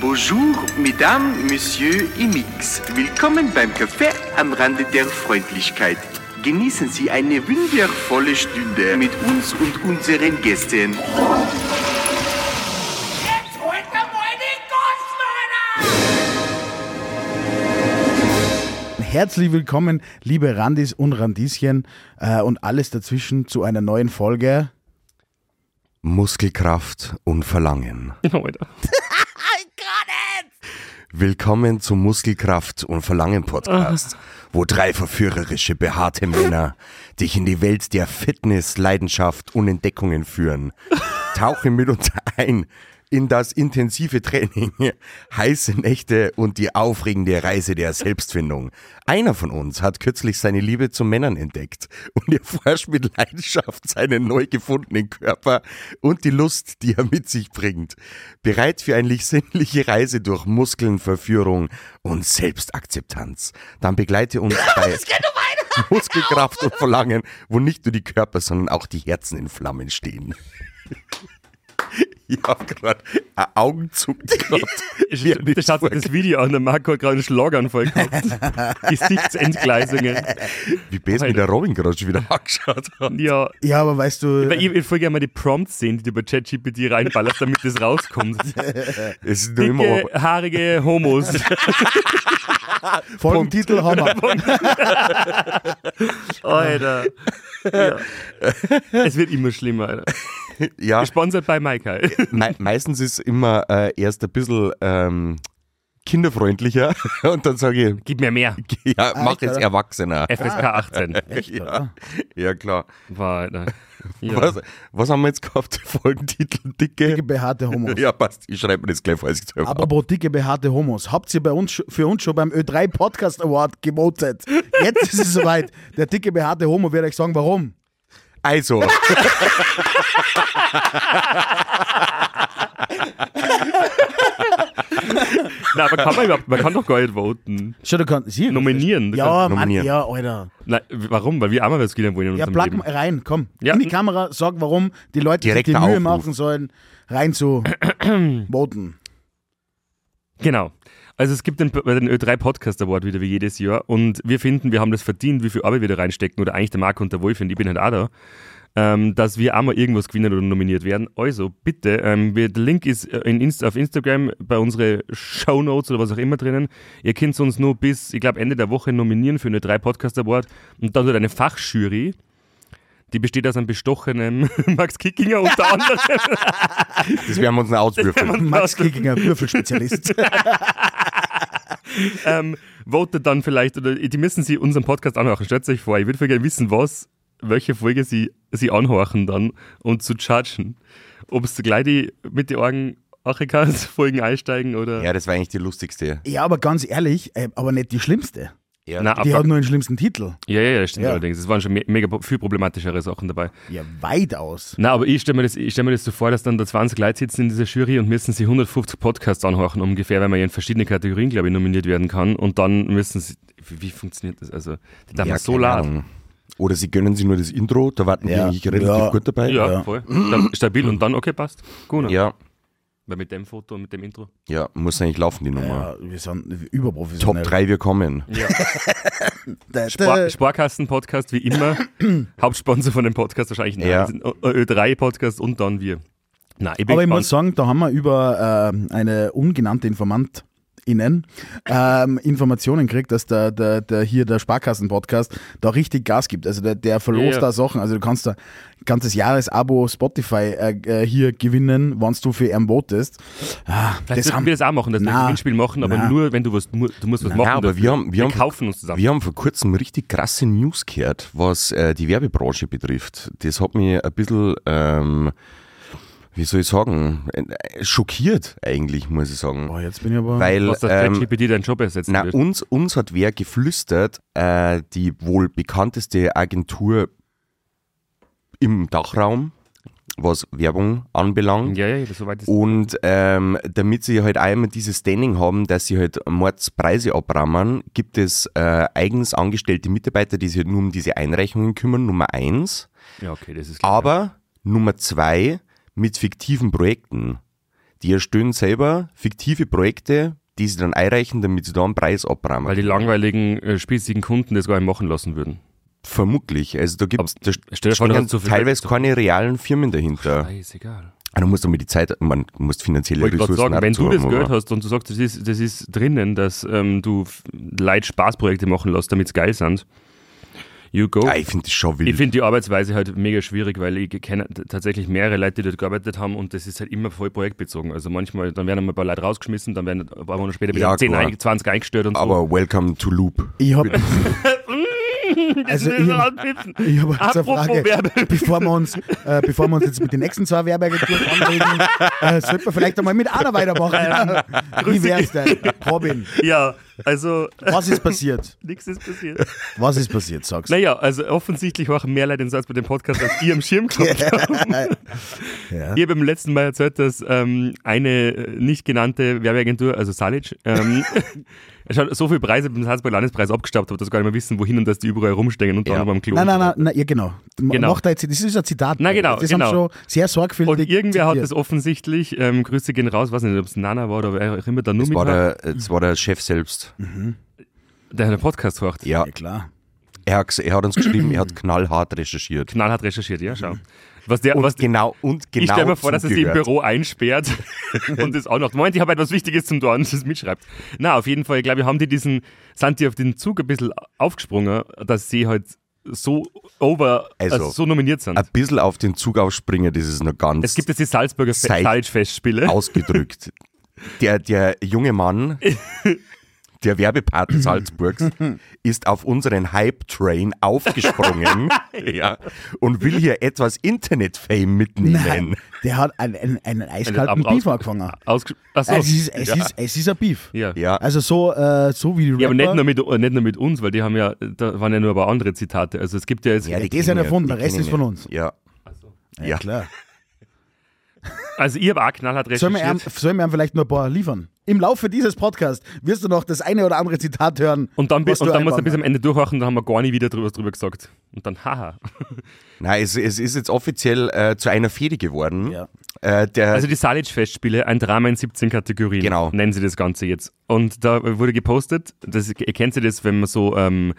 Bonjour, Mesdames, Monsieur Imix. Willkommen beim Café am Rande der Freundlichkeit. Genießen Sie eine wundervolle Stunde mit uns und unseren Gästen. Jetzt holt er wohl den Goldmörder! Herzlich willkommen, liebe Randis und Randischen äh, und alles dazwischen zu einer neuen Folge. Muskelkraft und Verlangen. Alter. Willkommen zum Muskelkraft und Verlangen Podcast, wo drei verführerische, behaarte Männer dich in die Welt der Fitness, Leidenschaft und Entdeckungen führen. Tauche mit uns ein in das intensive Training, heiße Nächte und die aufregende Reise der Selbstfindung. Einer von uns hat kürzlich seine Liebe zu Männern entdeckt und erforscht mit Leidenschaft seinen neu gefundenen Körper und die Lust, die er mit sich bringt. Bereit für eine sinnliche Reise durch Muskeln, Verführung und Selbstakzeptanz. Dann begleite uns bei Muskelkraft und Verlangen, wo nicht nur die Körper, sondern auch die Herzen in Flammen stehen. Ich hab gerade ein Augenzucken gehabt. Ich, das schaut sich das Video an, der Marco hat gerade einen Schlaganfall gehabt. Gesichtsentgleisungen. Wie besser mit der Robin gerade schon wieder angeschaut hat. Ja, Ja, aber weißt du, weil ich, ich will gerne mal die Prompts sehen, die du bei ChatGPT reinballerst, damit das rauskommt. Es ist nur immer Dicke, haarige Homos. Folgentitel haben wir. Alter. Ja. Es wird immer schlimmer, Alter. ja, Gesponsert bei Maika. me meistens ist immer äh, erst ein bisschen ähm, kinderfreundlicher und dann sage Gib mir mehr. ich, ja, mach jetzt klar. Erwachsener. FSK 18. Ja, ja, klar. War, Alter. Ja. Was, was haben wir jetzt gehabt? Folgentitel Dicke. Dicke behaarte Homos. Ja, passt. Ich schreibe mir das gleich vor, als ich selber ab. Apropos dicke behaarte Homos. Habt ihr bei uns, sch- für uns schon beim Ö3 Podcast Award gewotet? Jetzt ist es soweit. Der dicke behaarte Homo wird euch sagen, warum. Also. Nein, aber kann man überhaupt, man kann doch gar nicht voten. Schon, du kannst hier. Nominieren. das Ja, Mann, Nominieren. ja, Alter. Nein, warum? Weil wir einmal was gehen wollen in Ja, unserem plug Leben. mal rein, komm. Ja. In die Kamera, sag, warum die Leute sich die Direkter Mühe Aufruf. machen sollen, rein zu voten. Genau. Also es gibt den, den Ö3 Podcast Award wieder wie jedes Jahr und wir finden, wir haben das verdient, wie viel Arbeit wir da reinstecken oder eigentlich der Marco und der Wolf und ich bin halt auch da, ähm, dass wir einmal irgendwas gewinnen oder nominiert werden. Also bitte, ähm, wir, der Link ist äh, in Inst auf Instagram bei unsere Show Notes oder was auch immer drinnen. Ihr könnt uns nur bis, ich glaube, Ende der Woche nominieren für den Ö3 Podcast Award und dann wird eine Fachjury, die besteht aus einem bestochenen Max Kickinger unter anderem. Das werden wir uns noch auswürfeln. Max Kickinger, Würfelspezialist. ähm, votet dann vielleicht, oder die müssen sie unseren Podcast anhören. Stellt euch vor, ich würde gerne wissen, was, welche Folge sie, sie anhören dann und zu judgen. Ob es gleich die mit den Augen Achikas-Folgen einsteigen oder. Ja, das war eigentlich die lustigste. ja, aber ganz ehrlich, äh, aber nicht die schlimmste. Ja, Nein, Die aber- hat nur den schlimmsten Titel. ja, ja, das stimmt Ja. allerdings. Es waren schon me- mega viel problematischere Sachen dabei. Ja, weitaus. Na, aber ich stelle mir, das- ich stell mir das so vor, dass dann da 20 Leute sitzen in dieser Jury und müssen sie 150 Podcasts anhören, ungefähr, weil man ja in verschiedene Kategorien, glaube ich, nominiert werden kann. Und dann müssen sie. Wie, wie funktioniert das? Also, die darf Ja, man so keine laden. Ahnung. Oder sie gönnen sich nur das Intro, da warten Ja. wir eigentlich relativ Ja. gut dabei. Ja, voll. Sta- Stabil und dann, okay, passt. Gut. ne? ja, Weil mit dem Foto und mit dem Intro. ja, muss eigentlich laufen, die Nummer. Ja, wir sind Top überprofessionell. 3, wir kommen. Da, Spar da. Sparkassen-Podcast wie immer. Hauptsponsor von dem Podcast wahrscheinlich. Nein, Ja. das sind Ö3-Podcast und dann wir. Nein, ich bin Aber ich muss sagen, gespannt. da haben wir über ähm, eine ungenannte Informantinnen ähm, Informationen gekriegt, dass der, der, der hier der Sparkassen-Podcast da richtig Gas gibt. Also der, der verlost Ja, ja. da Sachen. Also du kannst da ein ganzes Jahresabo Spotify äh, äh, hier gewinnen, wenn du für Erm ihn votest. Ah, Vielleicht sollten wir das auch machen, dass wir Na. ein Gewinnspiel machen, aber Na. nur, wenn du was, mu- du musst was machen. Ja, aber dafür. wir haben, wir, wir haben, kaufen uns zusammen. wir haben vor kurzem richtig krasse News gehört, was äh, die Werbebranche betrifft. Das hat mich ein bisschen, ähm, wie soll ich sagen, äh, schockiert eigentlich, muss ich sagen. Boah, jetzt bin ich aber. Weil was das ähm, ChatGPT deinen Job ersetzt na, wird. uns, uns hat wer geflüstert, äh, die wohl bekannteste Agentur im Dachraum, was Werbung anbelangt. Ja, ja, das soweit ist. Und ähm, damit sie halt einmal dieses Standing haben, dass sie halt Mordspreise abrammen, gibt es äh, eigens angestellte Mitarbeiter, die sich halt nur um diese Einreichungen kümmern, Nummer eins. Ja, okay, das ist klar. Aber Nummer zwei mit fiktiven Projekten. Die erstellen selber fiktive Projekte, die sie dann einreichen, damit sie da einen Preis Weil abrahmen. die langweiligen, äh, spießigen Kunden das gar nicht machen lassen würden. Vermutlich. Also da gibt Aber stell dir vor, du hast so viel- teilweise keine realen Firmen dahinter. Scheißegal. Ah, Du musst aber die Zeit, man du musst finanzielle Wollte gerade Ressourcen sagen, wenn du abzuhaben, das gehört aber- hast und du sagst, das ist, das ist drinnen, dass ähm, du f- Leute Spaßprojekte machen lässt, damit es geil sind, you go. Ah, ich finde das schon wild. Ich finde die Arbeitsweise halt mega schwierig, weil ich kenne t- tatsächlich mehrere Leute, die dort gearbeitet haben und das ist halt immer voll projektbezogen. Also manchmal, dann werden einmal ein paar Leute rausgeschmissen, dann werden ein paar Monate später wieder Ja, 10, klar. ein- 20 eingestellt und aber welcome to Loop. Ich habe so. also ich, ich hab jetzt eine Apropos Frage. Werbe. Bevor wir, uns, äh, bevor wir uns jetzt mit den nächsten zwei Werbeagenturen anlegen, äh, sollten wir vielleicht einmal mit einer weitermachen. Wie wär's denn? Robin, Ja, also was ist passiert? nichts ist passiert. Was ist passiert, sagst du? Naja, also offensichtlich machen mehr Leute den Satz bei dem Podcast, als ihr im Schirm gehabt Ja. Ich habe im letzten Mal erzählt, dass ähm, eine äh, nicht genannte Werbeagentur, also Salic, ähm, schon so viel Preise beim Salzburger Landespreis abgestaubt hat, dass gar nicht mehr wissen, wohin und dass die überall rumstehen und Ja. dann aber am Klo. Nein, nein, nein, nein, ja, genau. Genau. Mach da jetzt, das ist ein Zitat. Na, genau, Das genau. haben schon sehr sorgfältig. Und irgendwer hat zitiert. das offensichtlich, ähm, Grüße gehen raus, weiß nicht, ob es Nana war oder wer auch immer da nur Das mit Mhm. war, war, der, der, das war der Chef selbst. der einen Podcast hört. Ja, Ja, klar. er hat, er hat uns geschrieben, er hat knallhart recherchiert. Knallhart recherchiert, ja, schau. Was der, was, Genau, Mhm. und genau. ich stelle mir vor, dass es die im zugehört. Büro einsperrt und das auch noch. Moment, ich habe etwas Wichtiges zum Dorn, das mitschreibt. Na, auf jeden Fall, ich glaube ich, haben die diesen, sind die auf den Zug ein bisschen aufgesprungen, dass sie halt so over, also, Also, so nominiert sind. Ein bisschen auf den Zug aufspringen, das ist noch ganz Es gibt jetzt die Salzburger Fe- Seit- Salzfestspiele. ausgedrückt. Der, der junge Mann, der Werbepartner Salzburgs, ist auf unseren Hype-Train aufgesprungen ja, und will hier etwas Internet-Fame mitnehmen. Der hat einen, einen, Halt einen eiskalten Ab- Beef aus- angefangen. Ausges- Achso. Es ist, es, ja. ist, es ist ein Beef. ja. Ja, Also so, äh, so wie die Rapper. Ja, aber nicht nur, mit, äh, nicht nur mit uns, weil die haben ja, da waren ja nur ein paar andere Zitate. Also es gibt ja jetzt, ja die sind kennen erfunden, die der Rest kennen ist von ihn. uns. Ja. Ja, klar. also ihr war knallhart Sollen wir, ihm, recherchiert. sollen wir ihm vielleicht nur ein paar liefern? Im Laufe dieses Podcasts wirst du noch das eine oder andere Zitat hören. Und dann, was bis, und dann musst du einbauen bis am hast. Ende durchhorchen, dann haben wir gar nie wieder drüber, was drüber gesagt. Und dann, haha. Nein, es, es ist jetzt offiziell äh, zu einer Fehde geworden. Ja. Äh, der, Also die Salic-Festspiele, ein Drama in 17 Kategorien, Genau. nennen sie das Ganze jetzt. Und da wurde gepostet, das, erkennt ihr das, wenn man so ähm,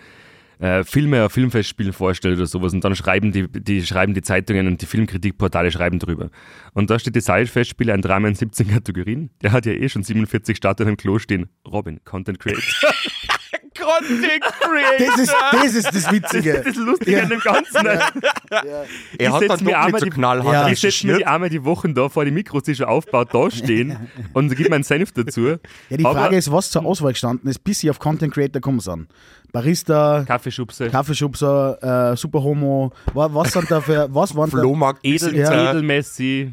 äh, Filme auf Filmfestspielen vorstellt oder sowas und dann schreiben die, die, schreiben die Zeitungen und die Filmkritikportale schreiben drüber. Und da steht die Salic-Festspiele, ein Drama in 17 Kategorien. Der hat ja eh schon 47 Starter im Klo stehen. Robin, Content Creator. Content Creator! das, ist, das ist das Witzige. Das Lustige an dem Ganzen. er hat setz dann mir doch einmal nicht so die- knallhart Ja. Ich setze mir recherchiert. die einmal die Wochen da vor die Mikros, die schon aufgebaut da stehen und gebe meinen Senf dazu. ja, die Aber Frage ist, was zur Auswahl gestanden ist, bis sie auf Content Creator kommen sind. Barista, Kaffeeschubse, Kaffeeschubser, äh, Superhomo, wa- was sind da für, was waren da? Flohmarkt, Edel, Ja. Edelmessi,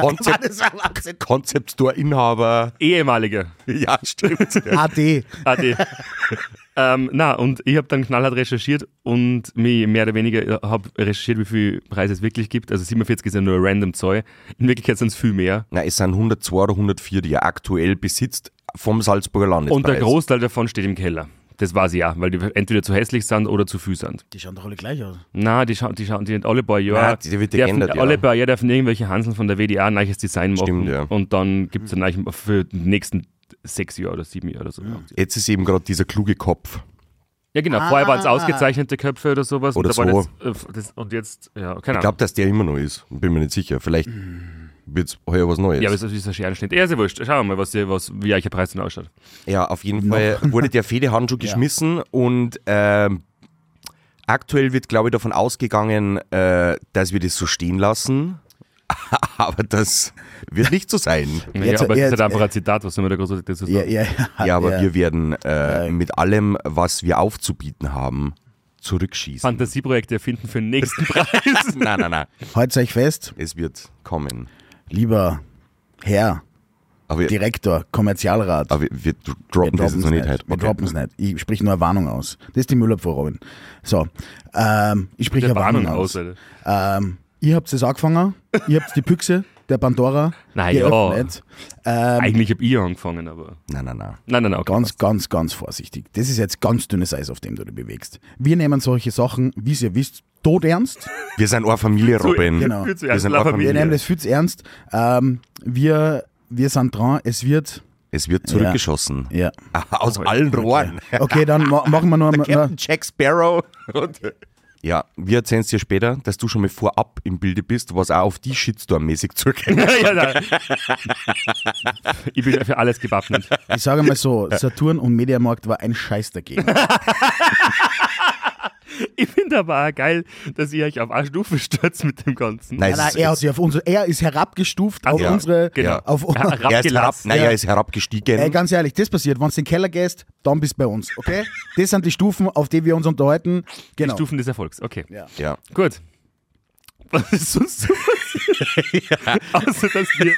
Konzept, Konzept Store-Inhaber. ehemalige. Ja, stimmt. AD. Ade. ähm, na, und ich habe dann knallhart recherchiert und mich mehr oder weniger habe recherchiert, wie viel Preise es wirklich gibt. Also 47 ist ja nur random Zeug. In Wirklichkeit sind es viel mehr. Nein, es sind 102 oder 104, die er aktuell besitzt vom Salzburger Landespreis. Und der Großteil davon steht im Keller. Das weiß ich ja, weil die entweder zu hässlich sind oder zu viel sind. Die schauen doch alle gleich aus. Na, die schauen, die schauen, die sind alle paar Jahre. Nein, die wird ja dürfen, geändert, ja. Alle paar Jahre dürfen irgendwelche Hanseln von der WDA ein neues Design machen. Stimmt, ja. Und dann gibt es ein neues für die nächsten sechs Jahre oder sieben Jahre oder so. Ja, Jetzt ist eben gerade dieser kluge Kopf. genau. Vorher waren es ausgezeichnete Köpfe oder sowas. Oder und, da so. war das, äh, das, und jetzt, ja, keine Ich Ahnung. glaube, dass der immer noch ist. Bin mir nicht sicher. Vielleicht wird es heuer was Neues. Mm. Ja, aber es ist ein Scherenschnitt. Ja, ist ja wurscht. Schauen wir mal, was, die- was, wie euch der Preis denn ausschaut. Ja, auf jeden Fall wurde der Fedehandschuh geschmissen und ähm, aktuell wird, glaube ich, davon ausgegangen, äh, dass wir das so stehen lassen. Aber das wird nicht so sein. Naja, Jetzt- aber es ist jetzt- halt einfach ein Zitat, was soll man da großartig dazu sagen? Ja, ja, Ja, aber ja. wir werden äh, mit allem, was wir aufzubieten haben, zurückschießen. Fantasieprojekte erfinden für den nächsten Preis. Nein, nein, nein. Halt's euch fest, Es wird kommen. lieber Herr, Aber, wir- Direktor, Kommerzialrat. aber wir, wir droppen Wir das jetzt droppen's noch nicht nicht. heute. Wir droppen's nicht. Ich sprich nur eine Warnung aus. Das ist die Müllabfuhr, Robin. So, ähm, ich sprich Der eine Warnung, aus. Alter. Ähm, ihr habt es angefangen. ihr habt die Büchse der Pandora Na ja. geöffnet. Ähm, Eigentlich habe ich angefangen, aber. Nein, nein, nein. Nein, nein, nein. Okay. ganz, ganz, ganz vorsichtig. Das ist jetzt ganz dünnes Eis, auf dem du dich bewegst. Wir nehmen solche Sachen, wie ihr wisst, tot ernst. Wir sind eine Familie, Robin. genau. Viel zu Wir sind ernst, auch Familie. Wir nehmen das viel zu ernst. Ähm, wir wir sind dran, es wird. Es wird zurückgeschossen. Ja. Ah, Aus allen Rohren. Okay, dann ma machen wir noch Captain mal. Jack Sparrow. Und, ja, wir erzählen es dir später, dass du schon mal vorab im Bilde bist, was auch auf die Shitstorm-mäßig zurückgeht. ja, nein. Ich bin für alles gewappnet. Ich sage mal so: Saturn und Mediamarkt war ein Scheiß dagegen. Ich finde aber auch geil, dass ihr euch auf eine Stufe stürzt mit dem Ganzen. Nein, Ja, es nein, ist- er, hat sich auf unsere, er ist herabgestuft auf Ja, unsere. genau. Auf, Herab- er ist herab, abgelassen. naja, Ja. er ist herabgestiegen. Ey, ganz ehrlich, das passiert. Wenn du in den Keller gehst, dann bist du bei uns, okay? Das sind die Stufen, auf die wir uns unterhalten. Genau. Stufen des Erfolgs, okay. Ja. ja. Gut. Was ist sonst so passiert? Außer, dass wir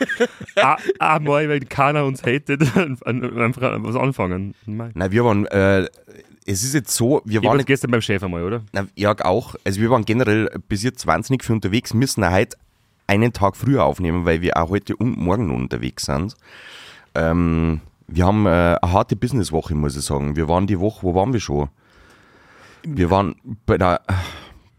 a- einmal, wenn keiner uns hatet, an- an- einfach was anfangen. Nein. Nein, wir waren, äh, es ist jetzt so, wir Ich war waren, gestern beim Chef einmal, oder? na, ja auch, also wir waren generell bis jetzt wahnsinnig viel unterwegs, müssen heute einen Tag früher aufnehmen, weil wir auch heute und morgen noch unterwegs sind. Ähm, wir haben äh, eine harte Businesswoche, muss ich sagen. Wir waren die Woche, wo waren wir schon? Wir waren bei der,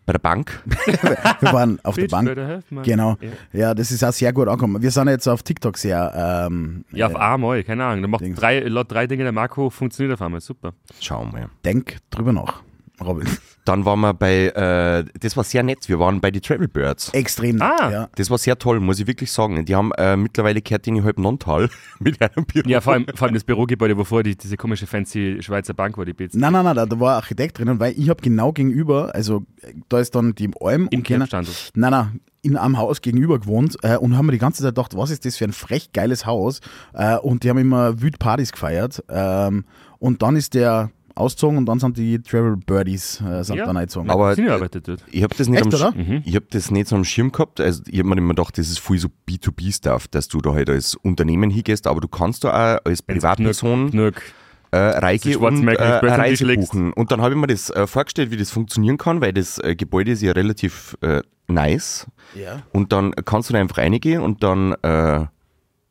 bei der Bank. Wir waren auf der Bitch, Bank. better help, man. Genau. Ja. Ja, das ist auch sehr gut angekommen. Wir sind jetzt auf TikTok sehr. Ähm, Ja, auf einmal, keine Ahnung. Da macht Dings. drei, laut drei Dinge der Marco funktioniert auf einmal. Super. Schauen wir. denk drüber nach, Robin. Dann waren wir bei, äh, das war sehr nett, wir waren bei die Travel Birds. Extrem. Ah. Ja. Das war sehr toll, muss ich wirklich sagen. Die haben äh, mittlerweile gehört in die halb Nontal mit einem Büro. Ja, vor allem, vor allem das Bürogebäude, wo vorher die, diese komische fancy Schweizer Bank war, die Bitz. Nein, nein, nein, da, da war ein Architekt drinnen, weil ich habe genau gegenüber, also äh, da ist dann die Alm Im keiner- Kernstandort. Nein, nein, in einem Haus gegenüber gewohnt äh, und haben mir die ganze Zeit gedacht, was ist das für ein frech geiles Haus? Äh, und die haben immer wüt Partys gefeiert. Ähm, und dann ist der ausgezogen und dann sind die Travel Birdies äh, sind Ja. dann eingezogen. Aber- Sind ja arbeitet dort. Ich habe das, nicht Echt, am Sch- oder? Mhm. ich hab das nicht so am Schirm gehabt. Also, ich habe mir immer gedacht, das ist viel so B2B-Stuff, dass du da halt als Unternehmen hingehst, aber du kannst da auch als Privatperson Knirk. äh, Das reingehen schwarze und äh, Merkel, das Beste, eine die Reise schlägst. buchen. Und dann habe ich mir das äh, vorgestellt, wie das funktionieren kann, weil das äh, Gebäude ist ja relativ äh, nice. Ja. Und dann kannst du da einfach reingehen und dann äh,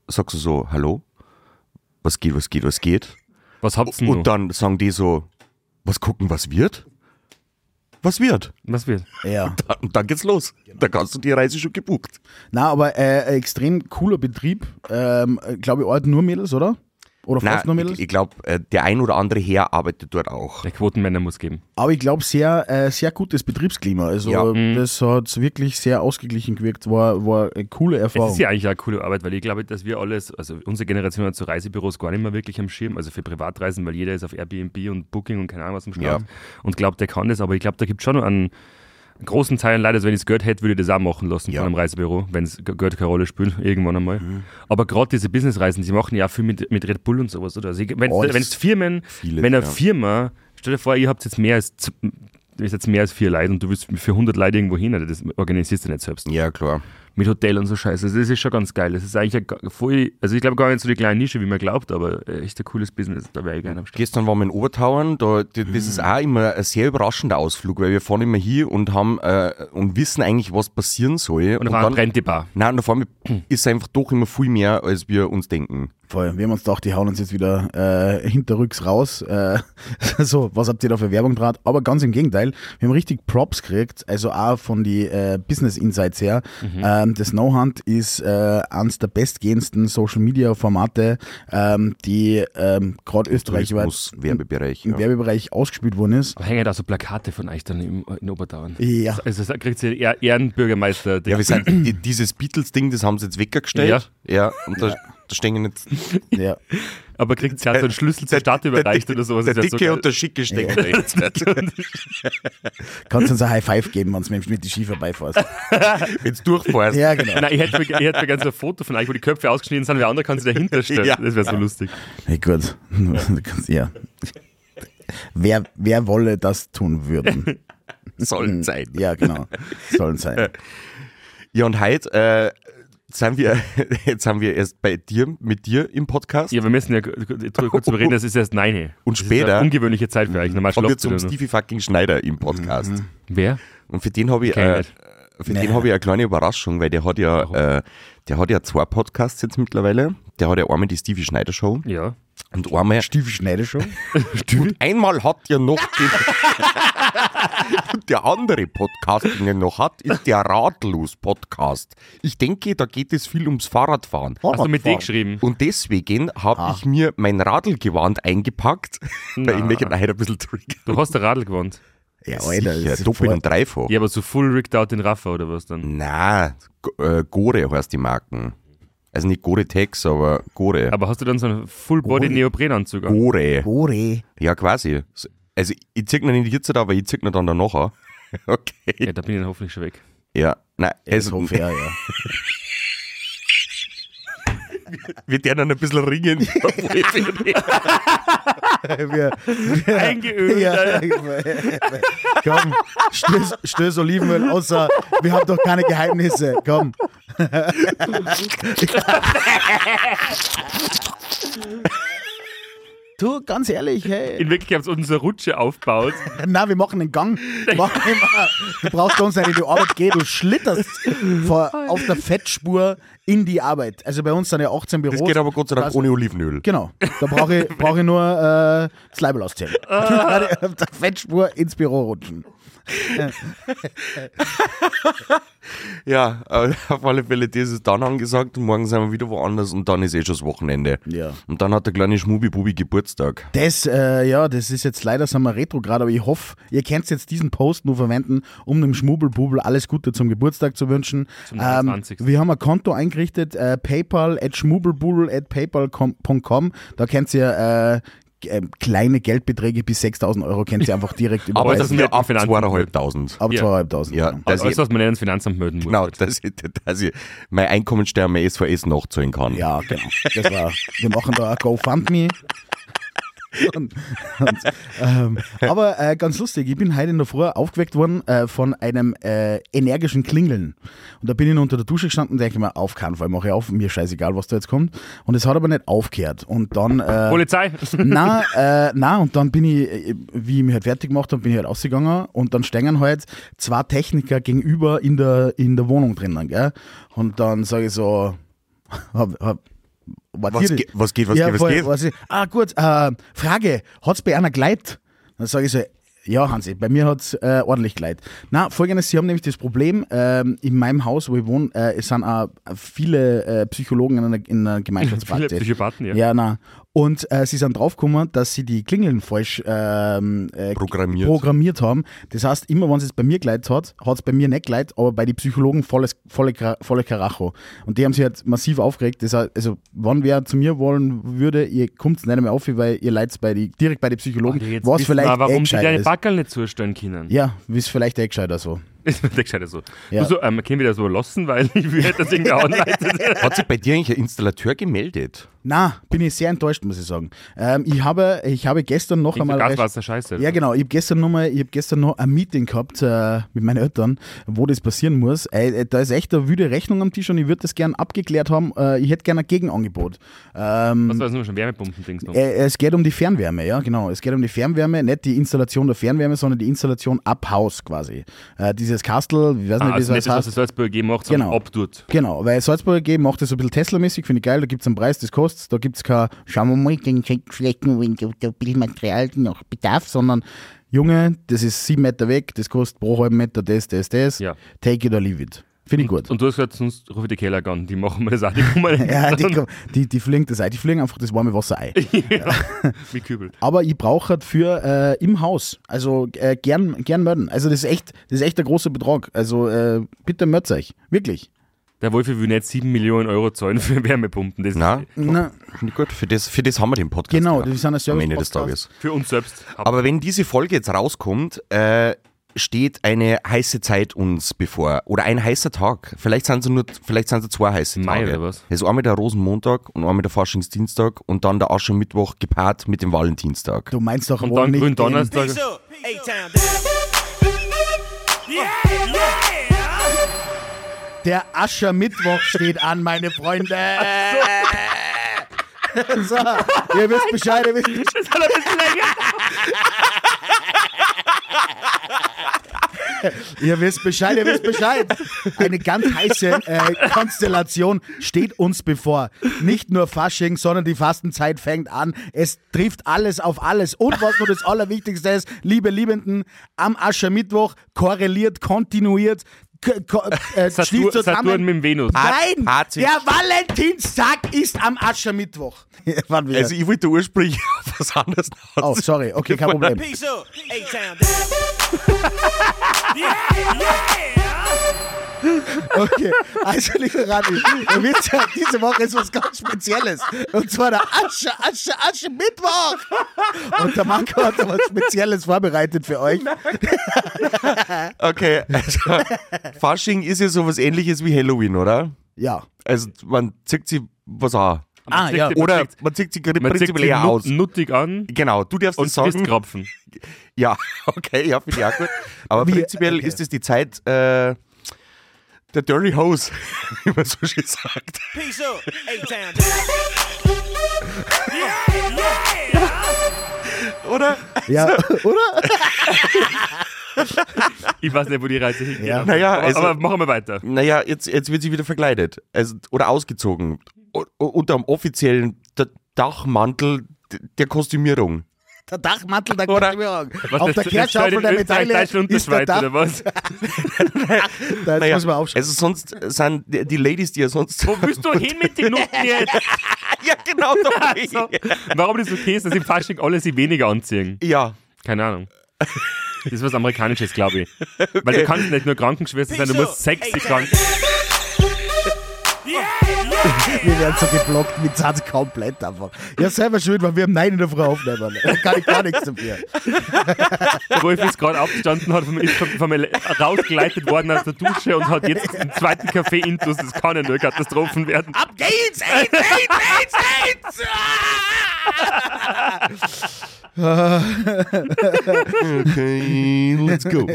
sagst du so, hallo, was geht, was geht, was geht. Was habt's denn Und noch? dann sagen die so, was gucken, was wird? Was wird? Was wird? Ja. Und dann geht's los. Da kannst du die Reise schon gebucht. Na, aber äh, ein extrem cooler Betrieb. Ähm, Glaube ich, Ort nur Mädels, oder? Oder fast nur Nein, Mädels? ich, ich glaube, der ein oder andere Herr arbeitet dort auch. Der Quotenmänner muss geben. Aber ich glaube, sehr, äh, sehr gutes Betriebsklima. Also, Ja. das hat wirklich sehr ausgeglichen gewirkt. War, war eine coole Es Erfahrung. ist ja eigentlich auch eine coole Arbeit, weil ich glaube, dass wir alles, also unsere Generation hat so Reisebüros gar nicht mehr wirklich am Schirm, also für Privatreisen, weil jeder ist auf Airbnb und Booking und keine Ahnung was am Start Ja. und glaubt, der kann das, aber ich glaube, da gibt es schon noch einen großen Teil leider, also wenn ich es gehört hätte, würde ich das auch machen lassen Ja. Mhm. von einem Reisebüro, wenn es Geld keine Rolle spielt, irgendwann einmal. Aber gerade diese Businessreisen, sie machen ja auch viel mit, mit Red Bull und sowas, oder? Also ich- wenn Oh, wenn das es Firmen, vieles, wenn eine ja. Firma, stell dir vor, ihr habt jetzt mehr als z- ihr seid jetzt mehr als vier Leute und du willst für 100 Leute irgendwo hin, also das organisierst du nicht selbst Ja, klar. mit Hotel und so Scheiße. Also Das ist schon ganz geil. Das ist eigentlich ein ga- voll, also ich glaube gar nicht so die kleine Nische, wie man glaubt, aber äh, echt ein cooles Business. Da wäre ich gerne am Start. Gestern waren wir in Obertauern, da, d- das ist auch immer ein sehr überraschender Ausflug, weil wir fahren immer hier und haben äh, und wissen eigentlich, was passieren soll. Und auf einmal brennt die Bar. Nein, und auf einmal ist einfach doch immer viel mehr, als wir uns denken. Voll. Wir haben uns gedacht, die hauen uns jetzt wieder äh, hinterrücks raus. Äh, so, was habt ihr da für Werbung draht? Aber ganz im Gegenteil, wir haben richtig Props gekriegt, also auch von die äh, Business Insights her. Ähm, das No Hunt ist äh, eines der bestgehendsten Social Media Formate, ähm, die ähm, gerade österreichweit Tourismus, Werbebereich. im Ja. Werbebereich ausgespielt worden ist. Aber hängen da so Plakate von euch dann im, in Obertauern. Ja. Also da kriegt ihr eher Ehrenbürgermeister. ja, wir sind die- dieses Beatles-Ding, das haben sie jetzt weggestellt. Ja. ja und da, da stehen jetzt Ja. aber kriegt ihr so einen Schlüssel zur Stadt überreicht oder sowas. Der Das wär Dicke so und der Schicke stecken rechts. Kannst uns ein High Five geben, wenn du mit die Ski vorbeifährst. Wenn du durchfährst. Ja, genau. Nein, ich hätte mir, ich hätte mir gerne so ein Foto von euch, wo die Köpfe ausgeschnitten sind, wer andere kann sich dahinter stellen. Ja. Das wäre so lustig. Hey, gut. Du kannst- ja. Wer, wer wolle das tun würden? Sollen sein. Ja, genau. Sollen sein. Ja, und heute äh, sind wir, jetzt haben wir erst bei dir, mit dir im Podcast. Ja, wir müssen ja kurz kurz darüber reden, das ist erst Neine. Und Das Ist später- eine ungewöhnliche Zeit für euch. Normal Kommen wir schlaft zum ihr da noch. Stevie fucking Schneider im Podcast. Mhm. Wer? Und für den habe ich, Kenn äh, ich nicht. für den hab ich eine kleine Überraschung, weil der hat ja, äh, der hat ja zwei Podcasts jetzt mittlerweile. Der hat ja einmal die Stevie Schneider Show Ja. Und einmal, Stiefel schneide schon. und einmal hat ja noch die, der andere Podcast, den er noch hat, ist der Radlos-Podcast. Ich denke, da geht es viel ums Fahrradfahren. Hast du mit D geschrieben? Und deswegen habe Ah. ich mir mein Radlgewand eingepackt. Bei irgendwelchen Nein, ein bisschen tricky. Du hast der Radl gewonnen. Ja, Alter, das ist doppelt voll- und dreifach. Ja, aber so full rigged out in Raffa oder was dann? Na, G- äh, Gore heißt die Marken. Also nicht Gore-Tex, aber Gore. Aber hast du dann so einen Full-Body-Neoprenanzug an? Gore. Bore. Ja, quasi. So- Also ich zieh ihn nicht jetzt, aber ich zieh ihn dann danach. an. Okay. Ja, da bin ich dann hoffentlich schon weg. Ja. Nein, Das also hoffe ich, ja, ja. wir werden ein bisschen ringen. Wir, wir, Eingeölt, Ja, komm, stöß, stöß Olivenöl, außer wir haben doch keine Geheimnisse. Komm. du, ganz ehrlich, hey. In Wirklichkeit haben sie uns eine Rutsche aufgebaut. Also, Na, wir machen einen Gang. Mach immer. Du brauchst bei uns nicht in die Arbeit gehen, du schlitterst vor, auf der Fettspur in die Arbeit. Also bei uns sind ja 18 Büros. Das geht aber Gott sei Dank Das- ohne Olivenöl. Genau, da brauche ich, brauch ich nur äh, das Leibel auszählen. Ah. Auf der Fettspur ins Büro rutschen. Ja, äh, auf alle Fälle, das ist dann angesagt und morgen sind wir wieder woanders und dann ist eh schon das Wochenende. Ja. Und dann hat der kleine Schmubi-Bubi Geburtstag. Das, äh, ja, das ist jetzt leider, sind wir retrograd, aber ich hoffe, ihr könnt jetzt diesen Post nur verwenden, um dem Schmubelbubel alles Gute zum Geburtstag zu wünschen. Ähm, Zum 29.. wir haben ein Konto eingerichtet, äh, paypal at schmubelbubel at paypal.com. Da könnt ihr äh, äh, kleine Geldbeträge bis 6000 Euro könnt ihr einfach direkt Aber überweisen. das sind ja wir ab Finanzen- 2.500. Ab Ja. 2500. Ja, genau. dass Also ich, alles, was man nicht ins Finanzamt melden muss. genau, dass ich, dass ich mein Einkommensteuer, mein SVS nachzahlen kann. Ja, genau. Das war, wir machen da ein GoFundMe. Und, und, ähm, aber äh, ganz lustig, ich bin heute in der Früh aufgeweckt worden äh, von einem äh, energischen Klingeln. Und da bin ich noch unter der Dusche gestanden und denke mir, auf keinen Fall mache ich auf, mir scheißegal, was da jetzt kommt. Und es hat aber nicht aufgehört. Und dann äh, Polizei! na, äh, na und dann bin ich, äh, wie ich mich halt fertig gemacht habe, bin ich halt ausgegangen und dann stehen halt zwei Techniker gegenüber in der, in der Wohnung drinnen, gell? Und dann sage ich so, hab, hab, Was, ihr- ge was geht, was ja, geht, was voll, geht? ich, ah, gut, äh, Frage, hat's bei einer Gleit? Dann sage ich so, ja, Hansi, bei mir hat's äh, ordentlich Gleit. Na, folgendes, Sie haben nämlich das Problem, ähm, in meinem Haus, wo ich wohne, äh, es sind auch viele äh, Psychologen in einer, in einer Gemeinschaftspraxis. Viele Psychopathen, ja. Ja, na. Und äh, sie sind draufgekommen, dass sie die Klingeln falsch ähm, äh, Programmiert. programmiert haben. Das heißt, immer wenn es bei mir geleitet hat, hat es bei mir nicht geleitet, aber bei den Psychologen volles, volle, Kra- volle Karacho. Und die haben sich halt massiv aufgeregt. Das heißt, also, wann wer zu mir wollen würde, ihr kommt es nicht mehr auf, weil ihr leitet bei die, direkt bei den Psychologen, Jetzt was wissen vielleicht wir, eh warum sie gescheit deine ist. Backerl nicht zustellen können. Ja, ist vielleicht eh gescheiter so. Ist mir der gescheiter so. Ja. Du so, ähm, können wir das so lassen, weil ich würde das irgendwie anleitet. Hat sich bei dir eigentlich ein Installateur gemeldet? Na, bin ich sehr enttäuscht, muss ich sagen. Ähm, ich, habe, ich habe gestern noch Irgendwie einmal. Gaswasser scheiße. Ja, genau. Ich habe gestern, noch mal- ich hab gestern noch ein Meeting gehabt äh, mit meinen Eltern, wo das passieren muss. Ey, äh, da ist echt eine wüde Rechnung am Tisch und ich würde das gern abgeklärt haben. Äh, ich hätte gern ein Gegenangebot. Ähm, Was war das nur schon Wärmepumpen-Dings noch? äh, es geht um die Fernwärme, ja, genau. Es geht um die Fernwärme, nicht die Installation der Fernwärme, sondern die Installation ab Haus quasi. Äh, dieses Kastel, ich weiß Ah, nicht, wie also das nicht das, was heißt. das Salzburger gegeben macht, sondern Genau. abtut. Genau, weil Salzburger G macht das so ein bisschen Tesla-mäßig, finde ich geil, da gibt es einen Preis, das kostet, da gibt es kein, schauen wir mal, dann kriegt vielleicht nur ein bisschen Material noch Bedarf, sondern Junge, das ist sieben Meter weg, das kostet pro halben Meter das, das, das, Ja. take it or leave it. Finde ich gut. Und du hast gesagt, sonst rufe ich die Keller an, die machen mir das auch, die kommen ja, die, die, die fliegen das ein, die fliegen einfach das warme Wasser ein. wie Kübel. Aber ich brauche halt für äh, im Haus, also äh, gern, gern melden. Also das ist echt, das ist echt ein großer Betrag. Also äh, bitte meldet euch, wirklich. Der Wolfi will nicht 7 Millionen Euro zahlen für Wärmepumpen. Das Na, Na, finde ich gut. Für das, für das haben wir den Podcast. Äh, Genau, gehabt. das ist ein Am Ende des Service-Podcast. Tages. Für uns selbst. Aber wenn diese Folge jetzt rauskommt, äh, steht eine heiße Zeit uns bevor. Oder ein heißer Tag. Vielleicht sind es nur, vielleicht sind es zwei heiße Mai Tage. oder was? Also einmal der Rosenmontag und einmal der Faschingsdienstag und dann der Aschermittwoch gepaart mit dem Valentinstag. du meinst doch und wohl dann nicht den- Gründonnerstag. A-Town down. Der Aschermittwoch steht an, meine Freunde. So, ihr wisst Bescheid, ihr wisst Bescheid. Ihr wisst Bescheid, ihr wisst Bescheid. Eine ganz heiße äh, Konstellation steht uns bevor. Nicht nur Fasching, sondern die Fastenzeit fängt an. Es trifft alles auf alles. Und was nur das Allerwichtigste ist, liebe Liebenden, am Aschermittwoch korreliert, kontinuiert, k- ko- äh, Saturn, schließt Saturn zusammen. mit dem Venus. Nein, Party. der Valentinstag ist am Aschermittwoch. Wann wieder? Also ich wollte ursprünglich auf was anderes oh, sorry, okay, kein Problem. Peace out. A-Town down. Okay, also liebe Rani, ihr wisst ja, diese Woche ist was ganz Spezielles. Und zwar der Asche, Asche, Asche Mittwoch. Und der Marco hat da was Spezielles vorbereitet für euch. Okay, also Fasching ist ja sowas ähnliches wie Halloween, oder? Ja. Also man zieht sich was an. Ah, ja. Man Oder zieht- man zieht sich Man zieht prinzipiell sich eher aus. nut, nuttig an Genau, du darfst und das sagen. frisst Krapfen. Ja, okay, ja, finde ich auch gut. Aber Wie- prinzipiell okay. ist es die Zeit äh, der Dirty Hose, wie man so schön sagt. Peace out. A-Town down. Oder? Ja, oder? Ich weiß nicht, wo die Reise hingeht. Ja. Naja, aber, also- aber machen wir weiter. Naja, jetzt, jetzt wird sie wieder verkleidet. Also, oder ausgezogen. U u- unter dem offiziellen D Dachmantel d- der Kostümierung. Der Dachmantel der Oder- Kostümierung. Was, Auf das- der das Kehrtschaufel steht der in Österreich, Medaille Deutschland und der ist der Schweiz, Dach. oder was? Da Naja, muss man aufschreiben. also sonst sind die die Ladies, die ja sonst... Wo bist du hin mit den Nutten jetzt? ja, genau. da bin ich. So, warum das okay ist, dass im Fasching alle sie weniger anziehen. Ja, Keine Ahnung. Das ist was Amerikanisches, glaube ich. Weil du kannst nicht nur Krankenschwester sein, du Peace musst out. sexy A-Town krank. Wir werden so geblockt mit Satz komplett einfach. Ja, selber schuld, weil wir haben Nein in der Frau aufnehmen. Da kann ich gar nichts dafür. Der Wolf ist gerade aufgestanden, hat vom, ist vom, vom Ele- rausgeleitet worden aus der Dusche und hat jetzt einen zweiten Kaffee intus. Das kann ja nur Katastrophen werden. Ab geht's, AIDS, AIDS, AIDS, AIDS! Okay, let's go.